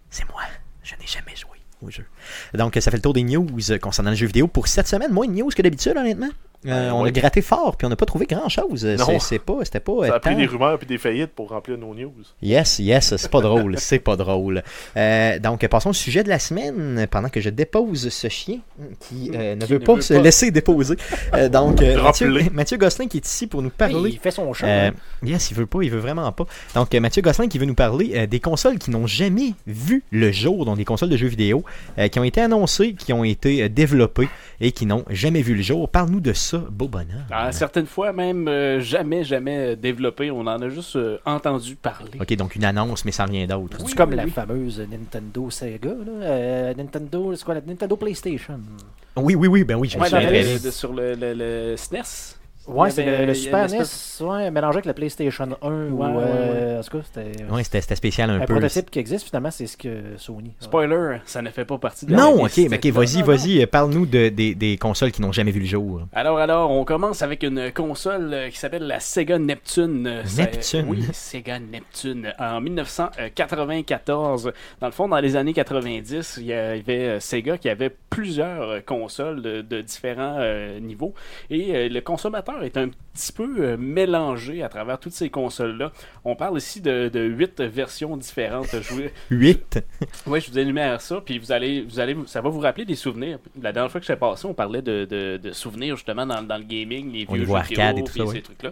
Speaker 1: C'est moi. Je n'ai jamais joué au jeu. Donc, ça fait le tour des news concernant le jeu vidéo pour cette semaine. Moins de news que d'habitude, honnêtement. Euh, on
Speaker 3: Ouais.
Speaker 1: a gratté fort, puis on n'a pas trouvé grand-chose.
Speaker 3: Non.
Speaker 1: C'est- C'est pas, c'était pas.
Speaker 3: Ça
Speaker 1: euh,
Speaker 3: a pris
Speaker 1: tant-
Speaker 3: des rumeurs puis des faillites pour remplir nos news.
Speaker 1: Yes, yes, c'est pas drôle, c'est pas drôle. Euh, donc, passons au sujet de la semaine, pendant que je dépose ce chien qui euh, ne
Speaker 2: Qui
Speaker 1: veut
Speaker 2: ne
Speaker 1: pas
Speaker 2: veut
Speaker 1: se
Speaker 2: pas.
Speaker 1: laisser déposer. Euh, donc, euh, Mathieu,
Speaker 3: Drop-le.
Speaker 1: Mathieu Gosselin qui est ici pour nous
Speaker 4: Hey,
Speaker 1: parler.
Speaker 4: il fait son chant.
Speaker 1: Euh,
Speaker 4: hein.
Speaker 1: yes, il veut pas, il veut vraiment pas. Donc, euh, Mathieu Gosselin qui veut nous parler euh, des consoles qui n'ont jamais vu le jour, donc des consoles de jeux vidéo euh, qui ont été annoncées, qui ont été euh, développées et qui n'ont jamais vu le jour. Parle-nous de ça, beau bonheur.
Speaker 2: Ah, certaines fois, même euh, jamais, jamais euh, développé. On en a juste euh, entendu parler.
Speaker 1: Ok, donc une annonce, mais sans rien d'autre.
Speaker 4: C'est
Speaker 2: oui,
Speaker 4: comme
Speaker 2: oui,
Speaker 4: la
Speaker 2: oui.
Speaker 4: fameuse Nintendo Sega, là. Euh, Nintendo, c'est quoi la Nintendo PlayStation?
Speaker 1: Oui, oui, oui, ben oui, je me
Speaker 2: Ouais,
Speaker 1: souviens
Speaker 2: dans
Speaker 1: très
Speaker 2: le-
Speaker 1: bien.
Speaker 2: de- sur le, le- le SNES.
Speaker 4: Ouais,
Speaker 2: Il y
Speaker 4: c'est
Speaker 2: avait-
Speaker 4: le,
Speaker 2: il y
Speaker 4: le
Speaker 2: a
Speaker 4: Super E
Speaker 2: une
Speaker 4: NES, ouais, mélangé avec la PlayStation 1 ou
Speaker 2: Ouais, ouais,
Speaker 4: euh, en tout cas, c'était
Speaker 1: Ouais, c'était c'était spécial un,
Speaker 2: Ben,
Speaker 4: un
Speaker 1: peu.
Speaker 4: prototype qui existe finalement, c'est ce que Sony. a.
Speaker 2: Spoiler, ça ne fait pas partie de la
Speaker 1: Non, ok,
Speaker 2: réalité.
Speaker 1: ben, ok, vas-y,
Speaker 2: Non, non,
Speaker 1: vas-y, euh, parle-nous de- des, des consoles qui n'ont jamais vu le jour.
Speaker 2: Alors, alors, on commence avec une console euh, qui s'appelle la Sega Neptune. Euh, ça-
Speaker 1: Neptune?
Speaker 2: oui, Sega Neptune. En 1994, dans le fond, dans les années 90, il y avait euh, Sega qui avait plusieurs euh, consoles de, de différents euh, niveaux. Et euh, le consommateur est un petit peu euh, mélangé à travers toutes ces consoles-là. On parle ici de, de huit versions différentes. Je vous-
Speaker 1: 8.
Speaker 2: oui, je vous énumère ça, puis vous allez, vous allez, ça va vous rappeler des souvenirs. La dernière fois que j'étais passé, on parlait de, de- de souvenirs justement dans, dans le gaming, les
Speaker 1: On
Speaker 2: vieux
Speaker 1: les voit
Speaker 2: jeux vidéo,
Speaker 1: arcade et tout
Speaker 2: puis
Speaker 1: ça,
Speaker 2: ces
Speaker 1: oui.
Speaker 2: trucs-là.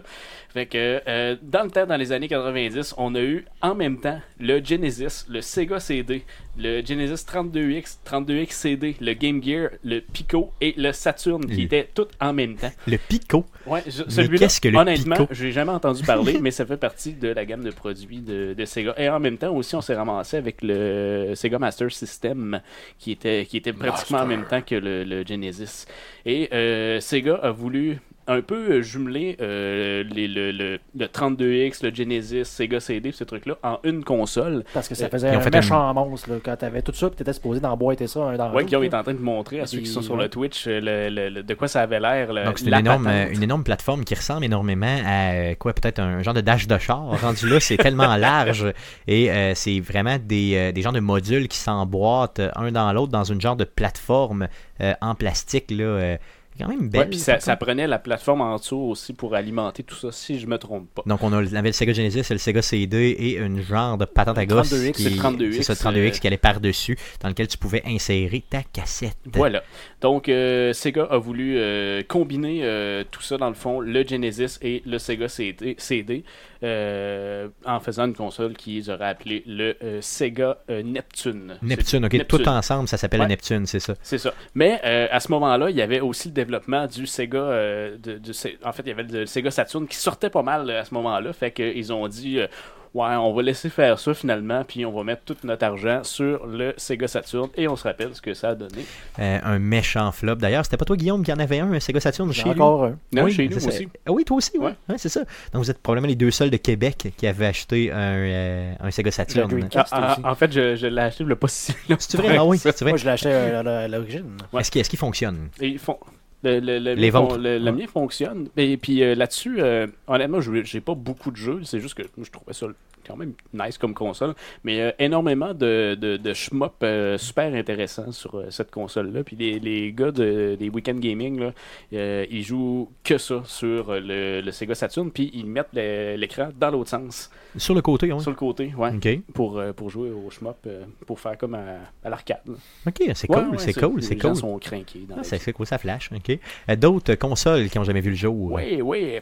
Speaker 2: Fait que euh, dans le temps, dans les années 90, on a eu en même temps le Genesis, le Sega CD, le Genesis 32X, 32X CD, le Game Gear, le Pico et le Saturn qui
Speaker 1: Mm.
Speaker 2: étaient toutes en même temps.
Speaker 1: Le Pico.
Speaker 2: Ouais, je- celui-là,
Speaker 1: qu'est-ce que le
Speaker 2: honnêtement,
Speaker 1: Pico?
Speaker 2: je n'ai jamais entendu parler, mais ça fait partie de la gamme de produits de, de Sega. Et en même temps aussi, on s'est ramassé avec le Sega Master System, qui était, qui était pratiquement en même temps que le, le Genesis. Et euh, Sega a voulu un peu euh, jumeler euh, les- le, le- le 32X, le Genesis, Sega CD, ces trucs-là, en une console.
Speaker 4: Parce que
Speaker 2: Euh,
Speaker 4: ça faisait
Speaker 1: ils ont
Speaker 4: un
Speaker 1: fait
Speaker 4: méchant monstre là, quand t'avais tout ça, puis t'étais supposé d'emboîter ça un dans
Speaker 2: Ouais,
Speaker 4: l'autre.
Speaker 2: Guillaume est
Speaker 4: là.
Speaker 2: en train de montrer Ah, à ceux qui
Speaker 4: Puis,
Speaker 2: sont sur
Speaker 4: ouais.
Speaker 2: le Twitch euh, le- le- le- de quoi ça avait l'air. le-
Speaker 1: Donc, c'est une
Speaker 2: la
Speaker 1: énorme,
Speaker 2: patente.
Speaker 1: euh, une énorme plateforme qui ressemble énormément à euh, quoi Peut-être un genre de dash de char. Rendu là, c'est tellement large et euh, c'est vraiment des, euh, des genres de modules qui s'emboîtent euh, un dans l'autre dans une genre de plateforme euh, en plastique. Là, euh, quand même
Speaker 2: Ouais,
Speaker 1: belle.
Speaker 2: puis ça, ça prenait la plateforme en dessous aussi pour alimenter tout ça, si je me trompe pas.
Speaker 1: Donc, on a- on avait le Sega Genesis, le Sega CD et une genre de patente à
Speaker 4: Le
Speaker 1: gosse.
Speaker 4: 32X,
Speaker 1: qui-
Speaker 2: c'est le 32X,
Speaker 1: C'est ça, le 32X
Speaker 2: euh,
Speaker 1: qui allait par-dessus, dans lequel tu pouvais insérer ta cassette.
Speaker 2: Voilà. Donc, euh, Sega a voulu euh, combiner euh, tout ça, dans le fond, le Genesis et le Sega CD, CD, euh, en faisant une console qu'ils auraient appelée le euh, Sega euh, Neptune.
Speaker 1: Neptune, ok.
Speaker 2: C'est-
Speaker 1: Tout ensemble, ça s'appelle
Speaker 2: Ouais.
Speaker 1: le Neptune, c'est ça.
Speaker 2: C'est ça. Mais euh, à ce moment-là, il y avait aussi le développement du Sega. euh, de- du Se- en fait, il y avait le Sega Saturn qui sortait pas mal euh, à ce moment-là. Fait qu'ils ont dit euh, Ouais, on va laisser faire ça finalement, puis on va mettre tout notre argent sur le Sega Saturn. Et on se rappelle ce que ça a donné.
Speaker 1: Euh, un méchant flop. D'ailleurs, c'était pas toi, Guillaume, qui en avait un, un Sega Saturn
Speaker 4: J'ai
Speaker 1: chez lui.
Speaker 4: encore un.
Speaker 2: Non, chez nous
Speaker 1: c'est ça.
Speaker 2: aussi.
Speaker 1: Ah oui, toi aussi, oui.
Speaker 2: Ouais.
Speaker 1: Ouais, c'est ça. Donc, vous êtes probablement les deux seuls de Québec qui avaient acheté un, euh, un Sega Saturn.
Speaker 4: Le Dreamcast.
Speaker 2: Ah,
Speaker 4: C'était
Speaker 2: ah,
Speaker 4: aussi.
Speaker 2: en fait, je, je l'ai acheté, je l'ai pas si longtemps.
Speaker 1: C'est vrai, ah oui, c'est vrai.
Speaker 4: Moi, je l'ai acheté euh, à la- à l'origine.
Speaker 2: Ouais.
Speaker 1: Est-ce qu'il est-ce qu'il fonctionne
Speaker 2: Et ils font- Le, le- le-
Speaker 1: Les
Speaker 2: fon-
Speaker 1: vôtres.
Speaker 2: le- le
Speaker 1: Ouais.
Speaker 2: mien fonctionne. Et puis euh, là-dessus, euh, honnêtement, je j'ai pas beaucoup de jeux. C'est juste que je trouvais ça quand même nice comme console. Mais euh, énormément de, de, de shmup, euh, super intéressants sur euh, cette console-là. Puis les, les gars de- des Weekend Gaming, là, euh, ils jouent que ça sur euh, le, le Sega Saturn. Puis ils mettent le- l'écran dans l'autre sens,
Speaker 1: Sur le côté, oui.
Speaker 2: sur le côté, ouais,
Speaker 1: Ok,
Speaker 2: pour, euh, pour jouer au shmup, euh, pour faire comme à, à l'arcade. là.
Speaker 1: ok, c'est
Speaker 2: Ouais,
Speaker 1: cool,
Speaker 2: ouais,
Speaker 1: c'est cool, c'est
Speaker 2: les gens
Speaker 1: cool.
Speaker 2: sont craqués dans
Speaker 1: Ah,
Speaker 2: la
Speaker 1: c'est c'est cool, ça flash. Ok. Euh, D'autres consoles qui n'ont jamais vu le jour.
Speaker 2: Oui, oui.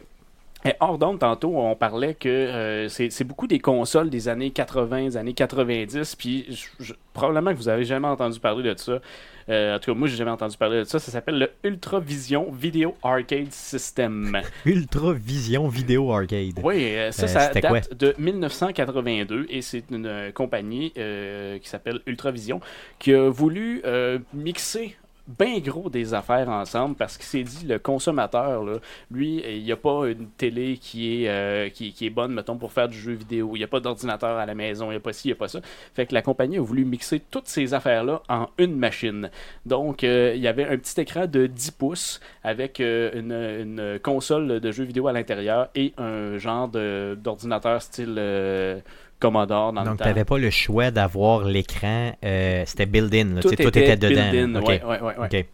Speaker 2: Eh, Hors d'onde, tantôt, on parlait que euh, c'est c'est beaucoup des consoles des années 80, des années 90, puis je- je- probablement que vous avez jamais entendu parler de ça. Euh, en tout cas, moi, j'ai jamais entendu parler de ça. Ça s'appelle le Ultra Vision Video Arcade System.
Speaker 1: Ultra Vision Video Arcade.
Speaker 2: Oui, euh, ça,
Speaker 1: Euh,
Speaker 2: ça
Speaker 1: c'était
Speaker 2: date de 1982 et c'est une euh, compagnie euh, qui s'appelle Ultravision qui a voulu euh, mixer bien gros des affaires ensemble parce qu'il s'est dit le consommateur là, lui il n'y a pas une télé qui est euh, qui, qui est bonne mettons pour faire du jeu vidéo il n'y a pas d'ordinateur à la maison il n'y a pas ci il n'y a pas ça fait que la compagnie a voulu mixer toutes ces affaires là en une machine donc euh, il y avait un petit écran de 10 pouces avec euh, une, une console de jeux vidéo à l'intérieur et un genre de- d'ordinateur style euh, Commodore
Speaker 1: Donc,
Speaker 2: dans
Speaker 1: tu
Speaker 2: le temps.
Speaker 1: n'avais pas le choix d'avoir l'écran. euh, C'était build-in. là, tu
Speaker 2: Tout
Speaker 1: sais,
Speaker 2: était,
Speaker 1: Tout était dedans.
Speaker 2: built-in,
Speaker 1: là. Ok.
Speaker 2: ouais, ouais, ouais, ouais.
Speaker 1: Ok.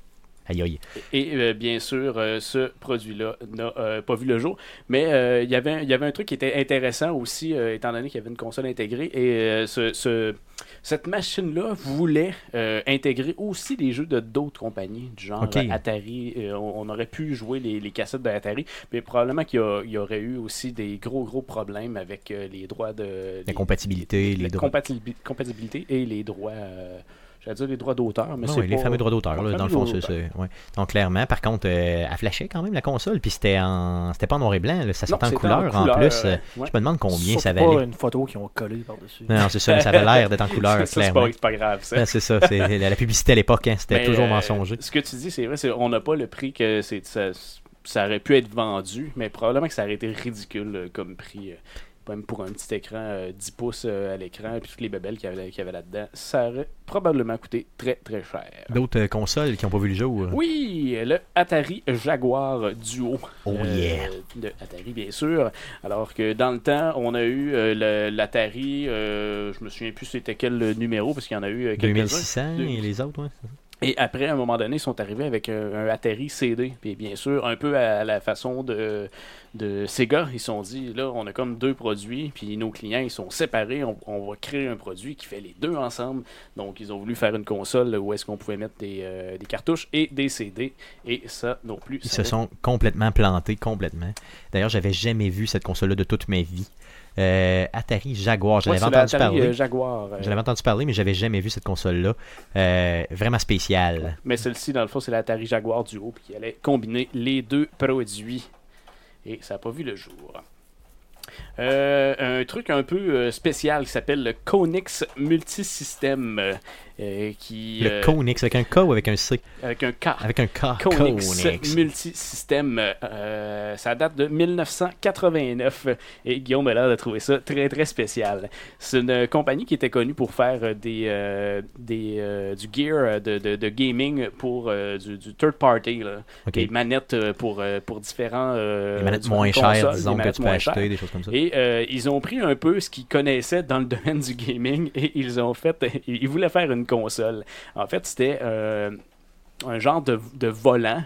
Speaker 1: Aïe aïe.
Speaker 2: Et euh, bien sûr, euh, ce produit-là n'a euh, pas vu le jour. Mais euh, il y avait un- il y avait un truc qui était intéressant aussi, euh, étant donné qu'il y avait une console intégrée. Et euh, ce- ce- cette machine-là voulait euh, intégrer aussi des jeux de d'autres compagnies, du genre
Speaker 1: Ok.
Speaker 2: euh, Atari. Euh, on, on aurait pu jouer les, les cassettes de Atari, mais probablement qu'il y a- il y, aurait eu aussi des gros, gros problèmes avec euh, les droits de...
Speaker 1: La
Speaker 2: les-
Speaker 1: compatibilité, les
Speaker 2: la
Speaker 1: droits.
Speaker 2: compatibi- compatibilité et les droits... euh, J'allais dire les droits d'auteur, mais
Speaker 1: Non,
Speaker 2: c'est
Speaker 1: Ah les
Speaker 2: pas-
Speaker 1: fameux droits d'auteur, là,
Speaker 2: Les
Speaker 1: dans le fond,
Speaker 2: fameux
Speaker 1: c'est
Speaker 2: droits
Speaker 1: c'est- ouais. Donc, clairement, par contre, euh, elle flashait quand même la console, puis c'était en... c'était pas en noir et blanc, là, ça
Speaker 2: Non,
Speaker 1: sortait en
Speaker 2: c'était
Speaker 1: couleur, en
Speaker 2: couleur,
Speaker 1: plus.
Speaker 2: euh,
Speaker 1: euh,
Speaker 2: ouais.
Speaker 1: Je me demande combien
Speaker 4: Surtout
Speaker 1: ça
Speaker 4: pas
Speaker 1: valait.
Speaker 4: une photo qu'ils ont collée par-dessus.
Speaker 1: Non, non, c'est ça, mais ça avait l'air d'être en couleur,
Speaker 2: Ça, ça, c'est
Speaker 1: clairement.
Speaker 2: pas, c'est pas grave, ça.
Speaker 1: Ouais, C'est ça, c'est la, la publicité à l'époque, hein, c'était
Speaker 2: Mais,
Speaker 1: toujours
Speaker 2: euh,
Speaker 1: mensonger.
Speaker 2: Ce que tu dis, c'est vrai, c'est- on n'a pas le prix que c'est, ça, ça aurait pu être vendu, mais probablement que ça aurait été ridicule euh, comme prix. euh, même pour un petit écran, euh, 10 pouces euh, à l'écran, puis toutes les bebelles qu'il y avait, qu'il y avait là-dedans, ça aurait probablement coûté très très cher.
Speaker 1: D'autres euh, consoles qui n'ont pas vu le jour. euh,
Speaker 2: Oui, le Atari Jaguar Duo.
Speaker 1: Oh
Speaker 2: Euh,
Speaker 1: yeah.
Speaker 2: de Atari, bien sûr. Alors que dans le temps, on a eu euh, le- l'Atari, euh, je me souviens plus c'était quel numéro, parce qu'il y en a eu euh, quelques-uns.
Speaker 1: 2600
Speaker 2: Deux-
Speaker 1: et les autres, ouais. c'est ça?
Speaker 2: Et après, à un moment donné, ils sont arrivés avec euh, un, Atari CD. Puis bien sûr, un peu à la façon de, de Sega, ils se sont dit, là, on a comme deux produits, puis nos clients, ils sont séparés, on, on va créer un produit qui fait les deux ensemble. Donc, ils ont voulu faire une console où est-ce qu'on pouvait mettre des, euh, des cartouches et des CD. Et ça non plus.
Speaker 1: Ils
Speaker 2: ça
Speaker 1: se
Speaker 2: n'a-
Speaker 1: sont complètement plantés, complètement. D'ailleurs, j'avais jamais vu cette console-là de toute ma vie. Euh, Atari Jaguar, je
Speaker 2: Ouais,
Speaker 1: l'avais
Speaker 2: c'est le
Speaker 1: entendu
Speaker 2: Atari,
Speaker 1: parler.
Speaker 2: euh, Jaguar. euh,
Speaker 1: Je l'avais entendu parler, mais j'avais jamais vu cette console-là. Euh, vraiment spéciale.
Speaker 2: Mais celle-ci, dans le fond, c'est l'Atari Jaguar Duo, puis qui allait combiner les deux produits. Et ça n'a pas vu le jour. Euh, un truc un peu euh, spécial qui s'appelle le Konix Multisystem, euh, euh, qui,
Speaker 1: Le
Speaker 2: euh,
Speaker 1: Konix, avec un K ou avec un C
Speaker 2: avec un K.
Speaker 1: Avec un K.
Speaker 2: Konix Multisystem, euh, ça date de 1989 euh, et Guillaume Bellard a trouvé ça très très spécial. C'est une euh, compagnie qui était connue pour faire euh, des, euh, des, euh, du gear euh, de, de- de gaming pour euh, du, du third party, là.
Speaker 1: Ok.
Speaker 2: des manettes euh, pour, euh, pour différents. euh,
Speaker 1: Les manettes
Speaker 2: différentes
Speaker 1: moins
Speaker 2: consoles,
Speaker 1: chères,
Speaker 2: des
Speaker 1: disons, que
Speaker 2: manettes
Speaker 1: tu peux
Speaker 2: moins
Speaker 1: acheter,
Speaker 2: chères.
Speaker 1: des choses comme ça.
Speaker 2: Et euh, ils ont pris un peu ce qu'ils connaissaient dans le domaine du gaming et ils ont fait, ils voulaient faire une console. En fait, c'était euh, un genre de, de volant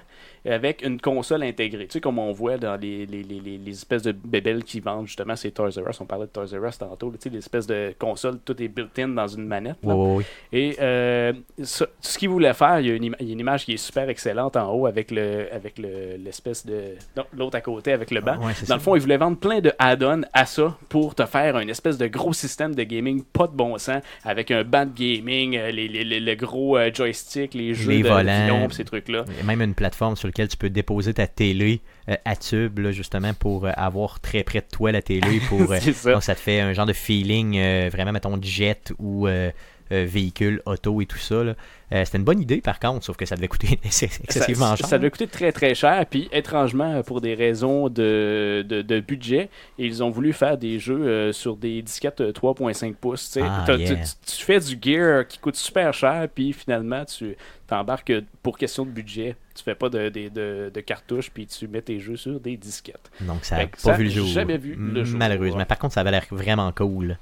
Speaker 2: avec une console intégrée. Tu sais, comme on voit dans les, les- les- les- les espèces de bébelles qui vendent justement ces Toys R Us. On parlait de Toys R Us tantôt. là, Tu sais, les espèces de consoles, tout est built-in dans une manette. là.
Speaker 1: Ouais, ouais, ouais.
Speaker 2: Et euh, ce, ce qu'il voulait faire, il y, a une ima- il y a une image qui est super excellente en haut avec le avec le- l'espèce de. Non, l'autre à côté avec le banc.
Speaker 1: Ah, Ouais, c'est
Speaker 2: Dans
Speaker 1: ça.
Speaker 2: le fond, ils voulaient vendre plein de add-ons à ça pour te faire un espèce de gros système de gaming pas de bon sens avec un banc de gaming, euh, les, les- les- le gros euh, joystick, les jeux
Speaker 1: Les
Speaker 2: de
Speaker 1: volants.
Speaker 2: d'avion, pis ces trucs-là.
Speaker 1: Il y a même une plateforme sur laquelle tu peux déposer ta télé euh, à tube, là, justement, pour euh, avoir très près de toi la télé. Pour, euh,
Speaker 2: C'est ça.
Speaker 1: donc, ça te fait un genre de feeling, euh, vraiment, mettons, de jet ou euh, euh, véhicule, auto et tout ça. là. Euh, C'était une bonne idée, par contre, sauf que ça devait coûter excessivement
Speaker 2: ça,
Speaker 1: cher.
Speaker 2: ça devait coûter très très cher, puis étrangement, pour des raisons de, de, de budget, ils ont voulu faire des jeux euh, sur des disquettes euh, 3.5 pouces. tu sais.
Speaker 1: Ah,
Speaker 2: T'as-
Speaker 1: yeah.
Speaker 2: tu, tu- tu fais du gear euh, qui coûte super cher, puis finalement, tu t'embarques euh, pour question de budget. Tu fais pas de, de, de- de cartouches, puis tu mets tes jeux sur des disquettes.
Speaker 1: Donc, ça
Speaker 2: Fait
Speaker 1: n'a
Speaker 2: que
Speaker 1: pas
Speaker 2: ça,
Speaker 1: vu le jour.
Speaker 2: jamais vu le jour.
Speaker 1: Malheureusement. Par contre, ça avait l'air vraiment cool.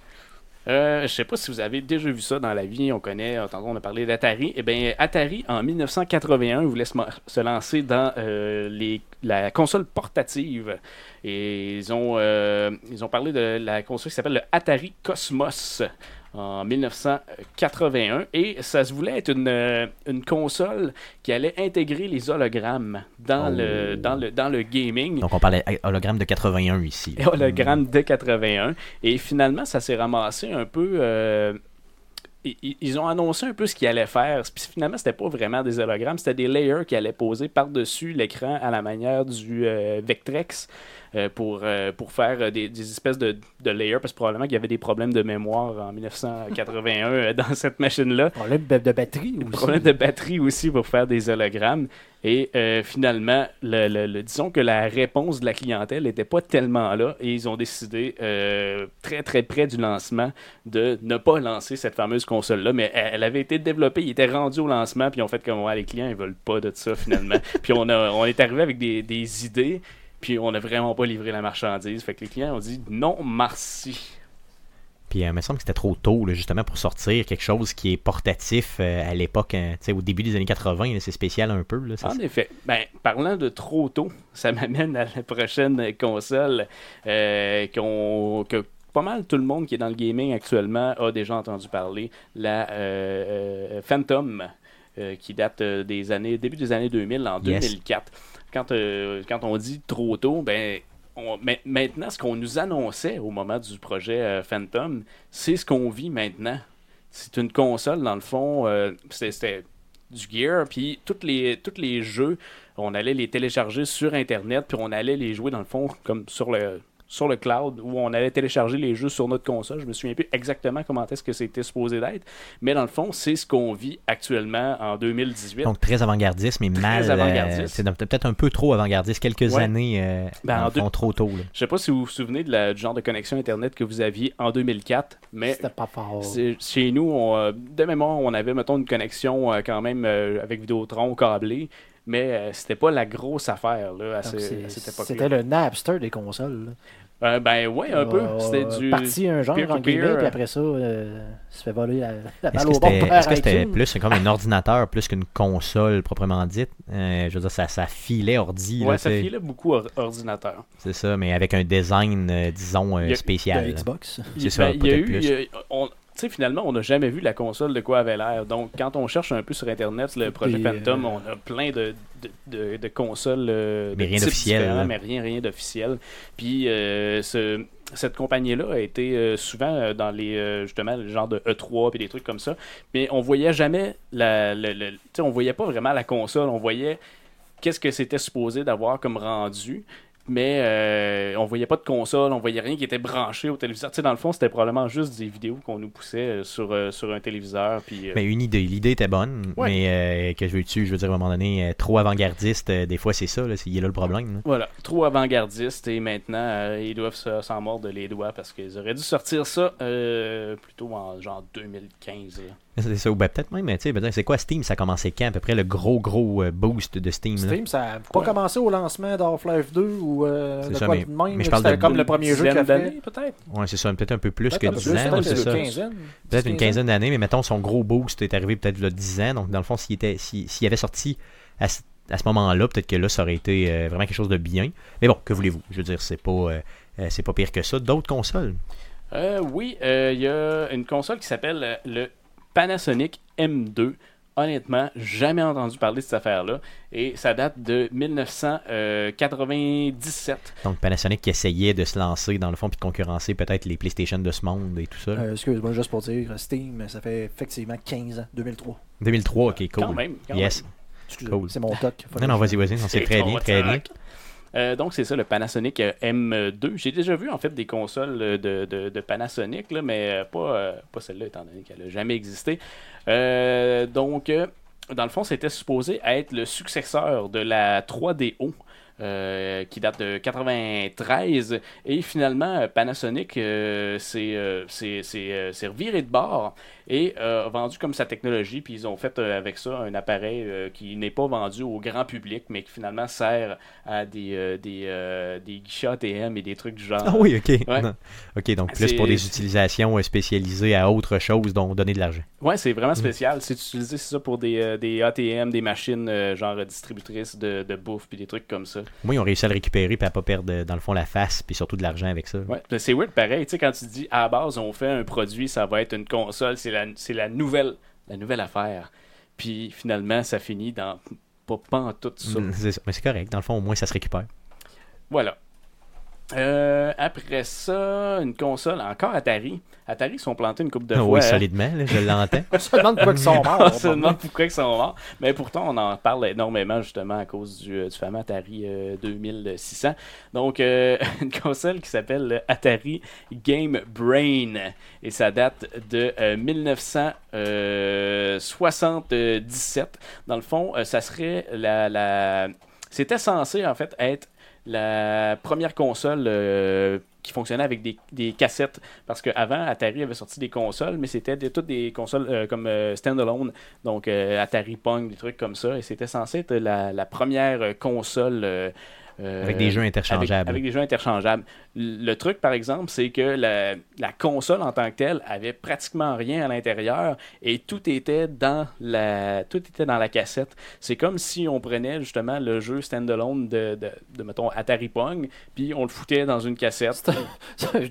Speaker 2: Euh, je sais pas si vous avez déjà vu ça dans la vie. On connaît, euh, tantôt on a parlé d'Atari. Eh bien, Atari, en 1981, voulait se, ma- se lancer dans euh, les, la console portative. Et ils ont, euh, ils ont parlé de la console qui s'appelle le Atari Cosmos en 1981. Et ça se voulait être une, euh, une console qui allait intégrer les hologrammes dans,
Speaker 1: Oh.
Speaker 2: le, dans, le, dans le gaming.
Speaker 1: Donc, on parlait hey, hologramme de 81 ici. là.
Speaker 2: Et hologramme de 81. Et finalement, ça s'est ramassé un peu. euh, i- i- ils ont annoncé un peu ce qu'ils allaient faire. Puis finalement, c'était pas vraiment des hologrammes, c'était des layers qu'ils allaient poser par-dessus l'écran à la manière du euh, Vectrex euh, pour, euh, pour faire euh, des, des espèces de, de layers. Parce que probablement qu'il y avait des problèmes de mémoire en 1981 euh, dans cette machine-là.
Speaker 4: Problème de, de batterie aussi.
Speaker 2: Problème de batterie aussi pour faire des hologrammes. Et euh, finalement, le, le- le- disons que la réponse de la clientèle n'était pas tellement là et ils ont décidé euh, très très près du lancement de ne pas lancer cette fameuse console-là. Mais elle, elle avait été développée, il était rendu au lancement, puis on fait comme ouais, les clients ils veulent pas de ça finalement. puis on, a, on est arrivé avec des, des idées, puis on n'a vraiment pas livré la marchandise. Fait que les clients ont dit non, merci.
Speaker 1: Puis euh, il me semble que c'était trop tôt, là, justement, pour sortir quelque chose qui est portatif euh, à l'époque, hein, tu sais, au début des années 80. là, c'est spécial un peu. Là, ça-
Speaker 2: En effet. Ben, parlant de trop tôt, ça m'amène à la prochaine console euh, qu'on- que pas mal tout le monde qui est dans le gaming actuellement a déjà entendu parler, la euh, euh, Phantom, euh, qui date euh, des années début des années 2000, en
Speaker 1: Yes.
Speaker 2: 2004. Quand, euh, quand on dit trop tôt, ben, on- ma- maintenant, ce qu'on nous annonçait au moment du projet euh, Phantom, c'est ce qu'on vit maintenant. C'est une console, dans le fond, euh, c'est- c'était du gear, puis tous les, tous les jeux, on allait les télécharger sur Internet, puis on allait les jouer, dans le fond, comme sur le sur le cloud, où on allait télécharger les jeux sur notre console. Je me souviens plus exactement comment est-ce que c'était supposé d'être, mais dans le fond, c'est ce qu'on vit actuellement en 2018.
Speaker 1: Donc très avant-gardiste, mais mal.
Speaker 2: avant-gardiste.
Speaker 1: euh, c'est donc peut-être un peu trop avant-gardiste, quelques
Speaker 2: Ouais.
Speaker 1: années euh,
Speaker 2: Ben,
Speaker 1: dans
Speaker 2: en
Speaker 1: le fond,
Speaker 2: deux-
Speaker 1: trop tôt. là.
Speaker 2: Je sais pas si vous vous souvenez de la, du genre de connexion Internet que vous aviez en 2004, mais
Speaker 4: C'était pas fort.
Speaker 2: c'est- chez nous, on, euh, de mémoire, on avait, mettons, une connexion euh, quand même euh, avec Vidéotron câblé, mais euh, c'était pas la grosse affaire là, à,
Speaker 4: Donc,
Speaker 2: ce-
Speaker 4: Ah, c'est-
Speaker 2: à cette époque
Speaker 4: C'était le Napster des consoles. là.
Speaker 2: ben ouais, un peu.
Speaker 4: Euh,
Speaker 2: C'était du...
Speaker 4: Parti un genre en
Speaker 2: peer-to-peer,
Speaker 4: guillemets, puis
Speaker 2: euh,
Speaker 4: après ça, euh, se fait voler la, la
Speaker 1: Est-ce
Speaker 4: balle
Speaker 1: que
Speaker 4: au bon
Speaker 1: c'était
Speaker 4: père
Speaker 1: est-ce que c'était
Speaker 4: iTunes.
Speaker 1: plus comme un ordinateur, plus qu'une console proprement dite Euh, Je veux dire, ça, ça filait ordi. là,
Speaker 2: Ouais, ça
Speaker 1: tu sais.
Speaker 2: filait beaucoup or- ordinateur.
Speaker 1: C'est ça, mais avec un design, euh, disons, euh,
Speaker 2: Il y a-
Speaker 1: spécial.
Speaker 4: de Xbox.
Speaker 1: C'est
Speaker 2: Il-
Speaker 1: ça,
Speaker 2: ben, il y a
Speaker 1: peut-être
Speaker 2: eu.
Speaker 1: plus.
Speaker 2: il y a- on- tu sais, finalement, on n'a jamais vu la console de quoi avait l'air. Donc, quand on cherche un peu sur Internet, le projet
Speaker 4: Puis, euh,
Speaker 2: Phantom, on a plein de, de, de- de consoles. euh, de
Speaker 1: Mais rien
Speaker 2: types
Speaker 1: d'officiel,
Speaker 2: différents,
Speaker 1: là.
Speaker 2: Mais rien, rien d'officiel. Puis, euh, ce- Cette compagnie-là a été euh, souvent euh, dans les euh, justement le genre de E3 et des trucs comme ça, mais on voyait jamais la, le- le- tu sais, on voyait pas vraiment la console, on voyait qu'est-ce que c'était supposé d'avoir comme rendu, mais euh, on voyait pas de console, on voyait rien qui était branché au téléviseur. Tu sais, dans le fond, c'était probablement juste des vidéos qu'on nous poussait euh, sur, euh, sur un téléviseur. Puis, euh,
Speaker 1: Mais une idée, l'idée était bonne,
Speaker 2: Ouais.
Speaker 1: mais euh, que je veux tu, je veux dire, à un moment donné, euh, trop avant-gardiste, euh, des fois, c'est ça, là, c'est- il est là le problème. là.
Speaker 2: Voilà, trop avant-gardiste et maintenant, euh, ils doivent se- s'en mordre les doigts parce qu'ils auraient dû sortir ça euh, plutôt en genre 2015. là.
Speaker 1: C'est ça, ou ben, peut-être même, tu sais, ben, c'est quoi Steam Ça a commencé quand à peu près le gros, gros euh, boost de Steam, là?
Speaker 4: Steam, ça n'a pas
Speaker 2: Ouais.
Speaker 4: commencé au lancement d'Half-Life 2 ou euh,
Speaker 1: C'est
Speaker 4: de
Speaker 1: ça,
Speaker 4: quoi
Speaker 1: mais-
Speaker 4: de même.
Speaker 1: mais je
Speaker 4: là,
Speaker 1: parle de-
Speaker 4: C'était comme le premier jeu
Speaker 2: Dizaine
Speaker 4: qu'il a fait.
Speaker 2: d'années, peut-être.
Speaker 1: Ouais, c'est ça, peut-être un peu plus
Speaker 4: Peut-être
Speaker 1: que
Speaker 4: un peu
Speaker 1: 10
Speaker 4: plus,
Speaker 1: ans,
Speaker 4: peut-être
Speaker 1: ouais, c'est
Speaker 4: une
Speaker 1: ça.
Speaker 4: quinzaine,
Speaker 1: Peut-être une
Speaker 4: 15 ans.
Speaker 1: quinzaine d'années, mais mettons, son gros boost est arrivé peut-être il y a 10 ans, donc dans le fond, s'il était, si- s'il avait sorti à ce, à ce moment-là, peut-être que là, ça aurait été euh, vraiment quelque chose de bien. Mais bon, que voulez-vous Je veux dire, c'est pas, euh, euh, c'est pas pire que ça. D'autres consoles
Speaker 2: Euh, oui, euh, il y a une console qui s'appelle euh, le Panasonic M2. Honnêtement, jamais entendu parler de cette affaire-là. Et ça date de 1997.
Speaker 1: Donc Panasonic qui essayait de se lancer dans le fond puis de concurrencer peut-être les PlayStation de ce monde et tout ça.
Speaker 4: Euh, Excuse-moi, juste pour dire, Steam, ça fait effectivement 15 ans, 2003.
Speaker 1: 2003, ok, cool.
Speaker 2: Quand même. quand
Speaker 1: yes.
Speaker 2: même.
Speaker 4: Excusez-moi,
Speaker 1: Cool.
Speaker 4: c'est mon toc. faut
Speaker 1: Non,
Speaker 4: que
Speaker 1: non,
Speaker 4: je-
Speaker 1: vas-y, vas-y, non, c'est très bien, très bien.
Speaker 2: Euh, donc, c'est ça, le Panasonic euh, M2. J'ai déjà vu, en fait, des consoles euh, de, de- de Panasonic, là, mais euh, pas, euh, pas celle-là, étant donné qu'elle n'a jamais existé. Euh, donc, euh, dans le fond, c'était supposé être le successeur de la 3DO. euh, qui date de 93 et finalement euh, Panasonic euh, s'est euh, s'est- s'est, euh, s'est reviré de bord et euh, a vendu comme sa technologie puis ils ont fait euh, avec ça un appareil euh, qui n'est pas vendu au grand public mais qui finalement sert à des euh, des, euh, des guichets ATM et des trucs du genre
Speaker 1: Ah oui, ok.
Speaker 2: Ouais.
Speaker 1: Non. Ok, donc plus
Speaker 2: C'est-
Speaker 1: pour des utilisations euh, spécialisées à autre chose, dont donner de l'argent.
Speaker 2: Ouais, c'est
Speaker 1: Mm.
Speaker 2: vraiment spécial. C'est utilisé, c'est ça, pour des, euh, des ATM, des machines euh, genre euh, distributrices de, de bouffe, puis des trucs comme ça.
Speaker 1: Moi, ils ont réussi à le récupérer puis à pas perdre euh, dans le fond la face puis surtout de l'argent avec ça.
Speaker 2: Ouais, mais c'est weird pareil. Tu sais, quand tu dis à la base, on fait un produit, ça va être une console, c'est la, c'est la nouvelle la nouvelle affaire. Puis finalement, ça finit dans pas, pas en tout ça.
Speaker 1: Mm, c'est ça. Mais c'est correct. Dans le fond, au moins, ça se récupère.
Speaker 2: Voilà. Euh, après ça, une console, encore Atari. Atari sont plantés une coupe de
Speaker 1: Ah
Speaker 2: fois.
Speaker 1: oui,
Speaker 2: hein.
Speaker 1: solidement, là, je l'entends.
Speaker 4: On se demande pourquoi ils sont
Speaker 2: On
Speaker 4: morts.
Speaker 2: se demande pourquoi ils sont morts. Mais pourtant, on en parle énormément justement à cause du, euh, du fameux Atari euh, 2600. Donc, euh, une console qui s'appelle le Atari Game Brain. Et ça date de euh, 1977. euh, Dans le fond, euh, ça serait la... la... C'était censé en fait être la première console euh, qui fonctionnait avec des, des cassettes. Parce qu'avant, Atari avait sorti des consoles, mais c'était des- toutes des consoles euh, comme euh, standalone, donc euh, Atari Pong, des trucs comme ça. Et c'était censé être la, la première euh, console euh, Euh,
Speaker 1: Avec des jeux interchangeables.
Speaker 2: Avec, avec des jeux interchangeables. Le le truc, par exemple, c'est que la, la console en tant que telle avait pratiquement rien à l'intérieur et tout était dans la, tout était dans la cassette. C'est comme si on prenait justement le jeu standalone de, de, de, mettons, Atari Pong, puis on le foutait dans une cassette.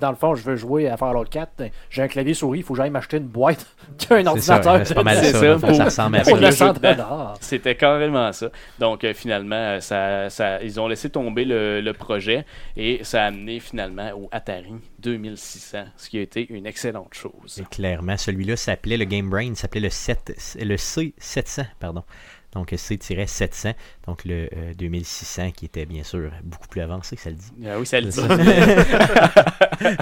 Speaker 4: Dans le fond, je veux jouer à Fallout 4. J'ai un clavier souris, il faut que j'aille m'acheter une boîte qu'un
Speaker 1: C'est ça,
Speaker 4: ordinateur.
Speaker 1: hein, c'est pas mal
Speaker 2: C'est
Speaker 1: ça.
Speaker 2: ça,
Speaker 1: là. Ça
Speaker 2: pour-
Speaker 1: ressemble à
Speaker 2: pour
Speaker 1: ça.
Speaker 4: Pour
Speaker 2: le
Speaker 1: là.
Speaker 4: 200
Speaker 2: jeu dedans.
Speaker 4: dollars.
Speaker 2: C'était carrément ça. Donc euh, finalement, euh, ça, ça, ils ont laissé tomber le, le projet et ça a amené finalement au Atari 2600, ce qui a été une excellente chose.
Speaker 1: Et clairement, celui-là s'appelait le Game Brain, s'appelait le, 7, le C700, pardon. Donc C-700, donc le euh, 2600 qui était bien sûr beaucoup plus avancé, ça le
Speaker 3: Euh,
Speaker 1: dit.
Speaker 2: Ah oui, ça le dit.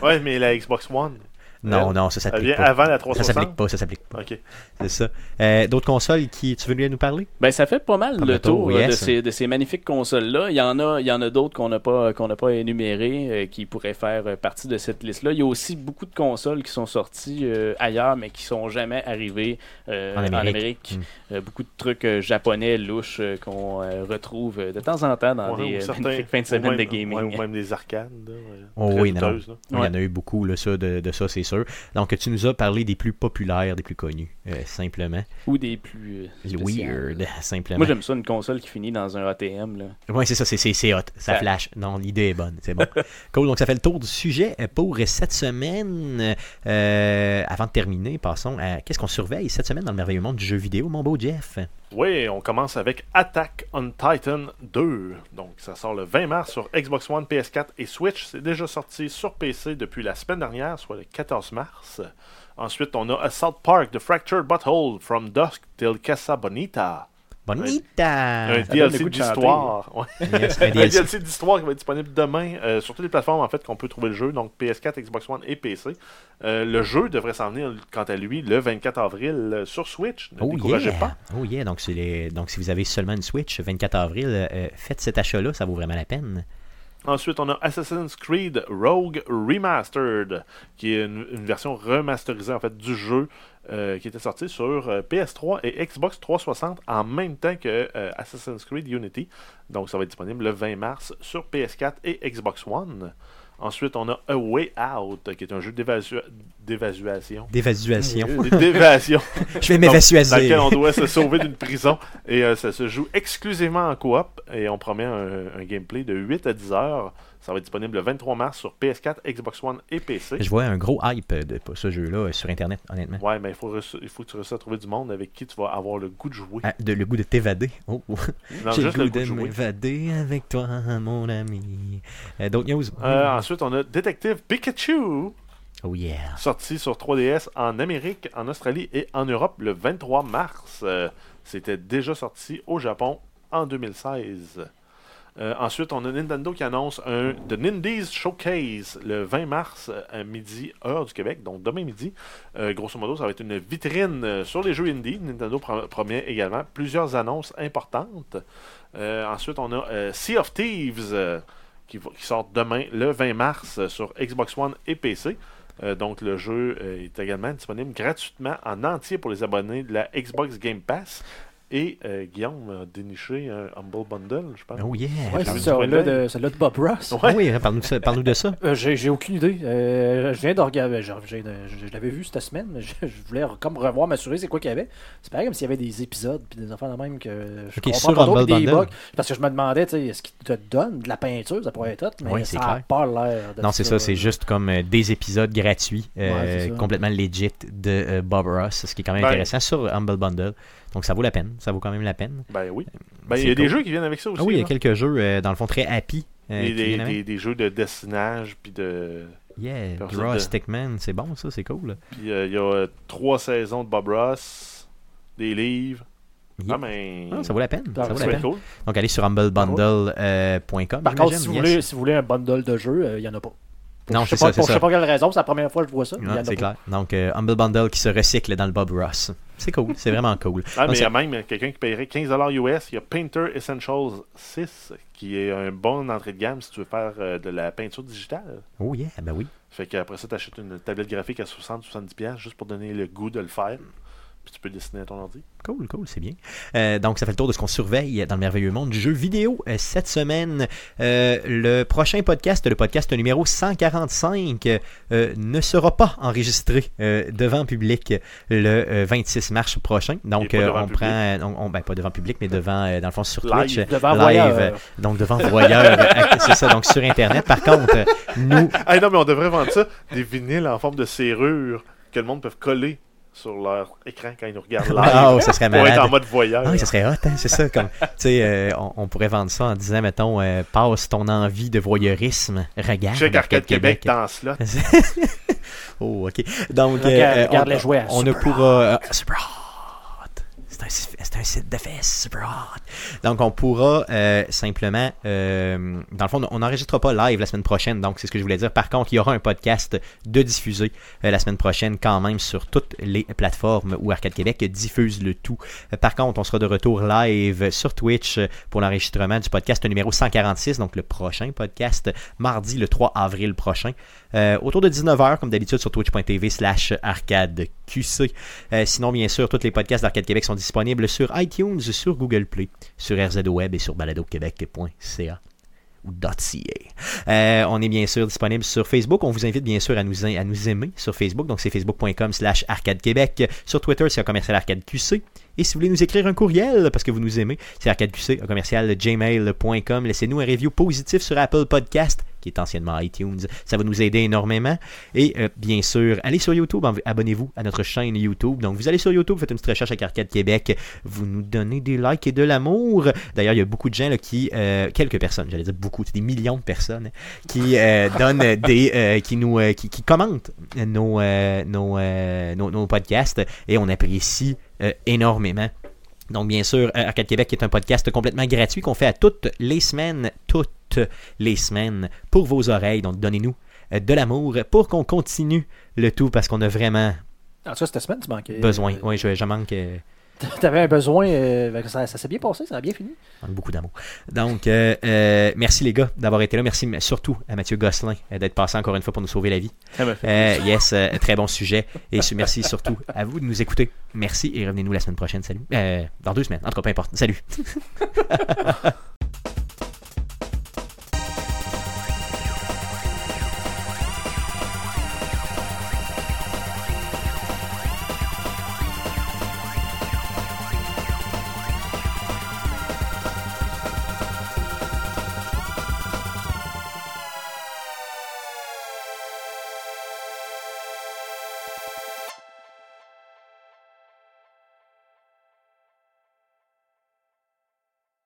Speaker 3: Ouais, mais la Xbox One,
Speaker 1: Non,
Speaker 3: Elle-
Speaker 1: non, ça
Speaker 3: elle
Speaker 1: s'applique
Speaker 3: vient
Speaker 1: pas.
Speaker 3: avant la
Speaker 1: Ça
Speaker 3: 360.
Speaker 1: s'applique pas, ça s'applique pas.
Speaker 3: Ok.
Speaker 1: C'est ça. Euh, D'autres consoles qui tu veux nous- nous parler
Speaker 2: Ben, ça fait pas mal
Speaker 1: Comme
Speaker 2: le
Speaker 1: le tour,
Speaker 2: tour là, de,
Speaker 1: yes.
Speaker 2: ces, de ces magnifiques consoles-là. Il y en a, il y en a d'autres qu'on n'a pas, qu'on n'a pas énumérées euh, qui pourraient faire euh, partie de cette liste-là. Il y a aussi beaucoup de consoles qui sont sorties euh, ailleurs, mais qui sont jamais arrivées euh,
Speaker 1: En
Speaker 2: en
Speaker 1: Amérique.
Speaker 2: Amérique.
Speaker 1: Mm.
Speaker 2: Euh, beaucoup de trucs euh, japonais louches euh, qu'on euh, retrouve euh, de temps en temps dans
Speaker 3: Ouais,
Speaker 2: des
Speaker 3: ou
Speaker 2: euh,
Speaker 3: certains-
Speaker 2: magnifiques fins de
Speaker 3: ou
Speaker 2: semaine
Speaker 3: même-
Speaker 2: de gaming.
Speaker 3: ouais, ou même des arcades. là, ouais.
Speaker 1: Oh
Speaker 3: Très
Speaker 1: oui, non.
Speaker 3: douteuses, là.
Speaker 1: Il y en a eu beaucoup là, ça, de, de ça, c'est sûr. Donc tu nous as parlé des plus populaires, des plus connus, euh, simplement.
Speaker 2: Ou des plus. euh,
Speaker 1: Les
Speaker 2: spéciales.
Speaker 1: Weird, simplement.
Speaker 2: Moi, j'aime ça, une console qui finit dans un ATM. Là.
Speaker 1: Oui, c'est ça, c'est- c'est c'est hot, ça
Speaker 2: Ça-
Speaker 1: flash. Non, l'idée est bonne, c'est bon. cool, donc ça fait le tour du sujet pour cette semaine. Euh, avant de terminer, passons à qu'est-ce qu'on surveille cette semaine dans le merveilleux monde du jeu vidéo, mon beau Jeff.
Speaker 3: Oui, on commence avec Attack on Titan 2. Donc, ça sort le 20 mars sur Xbox One, PS4 et Switch. C'est déjà sorti sur PC depuis la semaine dernière, soit le 14 mars. Ensuite, on a Assault Park, The Fractured Butthole, From Dusk Till Casa Bonita.
Speaker 1: Bonita!
Speaker 3: un
Speaker 2: donne le
Speaker 3: DLC
Speaker 2: goût de
Speaker 3: d'histoire. Ouais.
Speaker 1: Yes, un
Speaker 3: Un
Speaker 1: DLC.
Speaker 3: DLC d'histoire qui va être disponible demain euh, sur toutes les plateformes en fait qu'on peut trouver le jeu, donc PS4, Xbox One et PC. Euh, le jeu devrait s'en venir, quant à lui, le 24 avril euh, sur Switch. Ne
Speaker 1: Oh
Speaker 3: découragez
Speaker 1: yeah!
Speaker 3: pas.
Speaker 1: Oh yeah! Donc, c'est les... donc, si vous avez seulement une Switch, 24 avril, euh, faites cet achat-là, ça vaut vraiment la peine.
Speaker 3: Ensuite, on a Assassin's Creed Rogue Remastered, qui est une, une version remasterisée en fait du jeu euh, qui était sorti sur euh, PS3 et Xbox 360 en même temps que euh, Assassin's Creed Unity. Donc, ça va être disponible le 20 mars sur PS4 et Xbox One. Ensuite, on a A Way Out, qui est un jeu d'évasua- d'évasion.
Speaker 1: D'évaluation.
Speaker 3: D'évasion.
Speaker 1: Je vais
Speaker 3: Donc, Dans
Speaker 1: m'évacuer.
Speaker 3: lequel on doit se sauver d'une prison. Et euh, ça se joue exclusivement en coop. Et on promet un, un gameplay de 8 à 10 heures. Ça va être disponible le 23 mars sur PS4, Xbox One et PC.
Speaker 1: Je vois un gros hype de pour ce jeu-là euh, sur Internet, honnêtement.
Speaker 3: Ouais, mais il faut, reçu- il faut que tu réussisses à trouver du monde avec qui tu vas avoir le goût de jouer.
Speaker 1: Ah, de, le goût de t'évader. Oh, oh.
Speaker 3: Non,
Speaker 1: J'ai le
Speaker 3: juste
Speaker 1: goût
Speaker 3: le goût
Speaker 1: de
Speaker 3: de jouer.
Speaker 1: m'évader avec toi, mon ami. Euh, D'autres news?
Speaker 3: Euh,
Speaker 4: Ah,
Speaker 3: ensuite, on a Détective Pikachu,
Speaker 1: Oh yeah.
Speaker 3: sorti sur 3DS en Amérique, en Australie et en Europe le 23 mars. Euh, C'était déjà sorti au Japon en 2016. Euh, ensuite, on a Nintendo qui annonce un The Nindies Showcase le 20 mars euh, à midi, heure du Québec, donc demain midi. Euh, grosso modo, ça va être une vitrine euh, sur les jeux indie. Nintendo pro- promet également plusieurs annonces importantes. Euh, ensuite, on a euh, Sea of Thieves euh, qui, va- qui sort demain le 20 mars euh, sur Xbox One et PC. Euh, donc, le jeu euh, est également disponible gratuitement en entier pour les abonnés de la Xbox Game Pass. Et euh, Guillaume a déniché un Humble Bundle, je pense.
Speaker 1: Oh yeah.
Speaker 4: Ouais,
Speaker 3: J'ai
Speaker 4: c'est
Speaker 3: vu
Speaker 4: ça,
Speaker 3: du
Speaker 4: là,
Speaker 3: Golden.
Speaker 4: de, celle-là de Bob Ross.
Speaker 1: Ah oui, hein, parle-nous de ça. parle-nous de ça.
Speaker 4: Euh, j'ai j'ai aucune idée. Euh, je viens de regarder. Je, j'ai- je- je l'avais vu cette semaine, mais je, je voulais re- comme revoir, m'assurer c'est quoi qu'il y avait. C'est pareil comme s'il y avait des épisodes puis des affaires de même que je
Speaker 1: Ok,
Speaker 4: comprends
Speaker 1: sur
Speaker 4: pas trop,
Speaker 1: Humble
Speaker 4: puis des
Speaker 1: Bundle.
Speaker 4: bugs. Parce que je me demandais, tu sais, est-ce qu'il te donne de la peinture, ça pourrait être hot, mais
Speaker 1: Oui, c'est
Speaker 4: ça n'a
Speaker 1: clair.
Speaker 4: pas l'air de
Speaker 1: Non, c'est ça, c'est juste comme euh, des épisodes gratuits, euh,
Speaker 4: Ouais, c'est ça.
Speaker 1: complètement legit de euh, Bob Ross, ce qui est quand même
Speaker 3: Ben.
Speaker 1: intéressant sur Humble Bundle. Donc ça vaut la peine, ça vaut quand même la peine.
Speaker 3: Ben oui. Ben, il
Speaker 1: C'est
Speaker 3: y a des
Speaker 1: cool.
Speaker 3: jeux qui viennent avec ça aussi.
Speaker 1: Ah oui, il
Speaker 4: hein.
Speaker 1: y a
Speaker 3: là.
Speaker 1: quelques jeux, euh, dans le fond, très happy. euh,
Speaker 3: Des,
Speaker 1: qui
Speaker 3: des,
Speaker 1: viennent avec.
Speaker 3: des- des jeux de dessinage, puis de.
Speaker 1: Yeah,
Speaker 3: Personne
Speaker 1: Ross,
Speaker 3: de-
Speaker 1: Stickman, c'est bon ça, c'est cool.
Speaker 3: Puis euh, il y a euh, trois saisons de Bob Ross, des livres.
Speaker 1: Yeah.
Speaker 3: Ah, mais.
Speaker 1: Ah, ça vaut la peine.
Speaker 4: Ah,
Speaker 1: ça vaut
Speaker 3: ça
Speaker 1: la
Speaker 3: va
Speaker 1: peine.
Speaker 3: être cool.
Speaker 1: Donc allez sur humblebundle.com.
Speaker 4: Par contre, si vous,
Speaker 1: j'imagine, yes.
Speaker 4: voulez, si vous voulez un bundle de jeux, euh, il y n'y en a pas. Pour-
Speaker 1: Non,
Speaker 4: je
Speaker 1: c'est
Speaker 4: sais
Speaker 1: ça,
Speaker 4: pas,
Speaker 1: c'est
Speaker 4: pour- Je
Speaker 1: ça.
Speaker 4: sais pas quelle raison, c'est la première fois que je vois ça. il y en
Speaker 1: Non,
Speaker 4: a
Speaker 1: c'est
Speaker 4: pas.
Speaker 1: clair. Donc, euh, Humble Bundle qui se recycle dans le Bob Ross. C'est cool, c'est vraiment cool.
Speaker 3: Ah, mais
Speaker 1: Donc,
Speaker 3: il y
Speaker 1: ça-
Speaker 3: a même quelqu'un qui paierait 15$ US. Il y a Painter Essentials 6, qui est un bon entrée de gamme si tu veux faire euh, de la peinture digitale.
Speaker 1: Oh yeah, ben oui.
Speaker 3: Fait qu'après ça, t'achètes une tablette graphique à 60-70$ piastres juste pour donner le goût de le faire. Puis tu peux dessiner à ton ordi.
Speaker 1: Cool, cool, c'est bien. Euh, donc, ça fait le tour de ce qu'on surveille dans le merveilleux monde du jeu vidéo Euh, cette semaine. euh, le prochain podcast, le podcast numéro 145, euh, ne sera pas enregistré euh, devant public le euh, 26 mars prochain. Donc,
Speaker 3: pas
Speaker 1: euh,
Speaker 3: devant
Speaker 1: on
Speaker 3: public.
Speaker 1: prend, euh, on, on- ben, pas devant public, mais devant, euh, dans le fond, sur
Speaker 3: Live.
Speaker 1: Twitch.
Speaker 4: Devant
Speaker 1: live,
Speaker 4: voyeur.
Speaker 1: euh, donc devant voyeur, euh, c'est ça, donc sur Internet. Par contre, euh, nous,
Speaker 3: Ah non, mais on devrait vendre ça, des vinyles en forme de serrure que le monde peut coller sur leur écran quand ils nous regardent live.
Speaker 1: oh, ça serait
Speaker 3: pour être en
Speaker 1: malade.
Speaker 3: mode voyeur.
Speaker 1: Ah oui, ça serait hot, hein, c'est ça. Comme, tu sais, euh, on, on pourrait vendre ça en disant, mettons, euh, passe ton envie de voyeurisme, regarde.
Speaker 3: Check Arcade Québec, dans cela.
Speaker 1: Oh, ok. Donc, euh,
Speaker 4: Regarde-
Speaker 1: euh,
Speaker 4: regarde
Speaker 1: on,
Speaker 4: les jouets à
Speaker 1: on ne
Speaker 4: Super
Speaker 1: pourra. euh, Super Hot. C'est un, c'est un site de fesses, Super Hot. Donc, on pourra euh, simplement. euh, dans le fond, on n'enregistrera pas live la semaine prochaine, donc c'est ce que je voulais dire. Par contre, il y aura un podcast de diffusé euh, la semaine prochaine, quand même, sur toutes les plateformes où Arcade Québec diffuse le tout. Euh, Par contre, on sera de retour live sur Twitch euh, pour l'enregistrement du podcast numéro 146, donc le prochain podcast, mardi le 3 avril prochain, euh, autour de 19h, comme d'habitude, sur twitch.tv slash arcadeqc. Euh, sinon, bien sûr, tous les podcasts d'Arcade Québec sont disponibles sur iTunes, sur Google Play, sur RZO Web et sur baladoquebec.ca ou .ca. Euh, on est bien sûr disponible sur Facebook. On vous invite bien sûr à nous, à nous aimer sur Facebook. Donc c'est facebook.com slash arcade québec. Sur Twitter, c'est un commercial arcade QC. Et si vous voulez nous écrire un courriel parce que vous nous aimez, c'est arcadeqc, un commercial gmail.com. Laissez-nous un review positif sur Apple Podcast, qui est anciennement iTunes. Ça va nous aider énormément. Et euh, bien sûr, allez sur YouTube, en- abonnez-vous à notre chaîne YouTube. Donc vous allez sur YouTube, faites une petite recherche avec Arcade Québec. Vous nous donnez des likes et de l'amour. D'ailleurs, il y a beaucoup de gens là, qui, euh, quelques personnes, j'allais dire beaucoup, c'est des millions de personnes, hein, qui euh, donnent des, euh, qui nous, euh, qui, qui commentent nos, euh, nos, euh, nos, nos podcasts et on apprécie euh, énormément. Donc, bien sûr, euh, Arcade Québec est un podcast complètement gratuit qu'on fait à toutes les semaines, toutes les semaines, pour vos oreilles. Donc, donnez-nous euh, de l'amour pour qu'on continue le tout parce qu'on a vraiment
Speaker 4: En tout cas, cette semaine, tu manquais.
Speaker 1: besoin. Oui, je, je manque. euh,
Speaker 4: T'avais un besoin. euh, ben, ça ça s'est bien passé, ça a bien fini.
Speaker 1: manque beaucoup d'amour. Donc, euh, euh, merci les gars d'avoir été là. Merci m- surtout à Mathieu Gosselin euh, d'être passé encore une fois pour nous sauver la vie.
Speaker 3: Ah,
Speaker 2: Ça
Speaker 3: ben,
Speaker 2: m'a fait.
Speaker 1: Euh, yes, euh, très bon sujet. Et su- merci surtout à vous de nous écouter. Merci et revenez-nous la semaine prochaine. Salut. Euh, dans deux semaines. En tout cas, peu importe. Salut.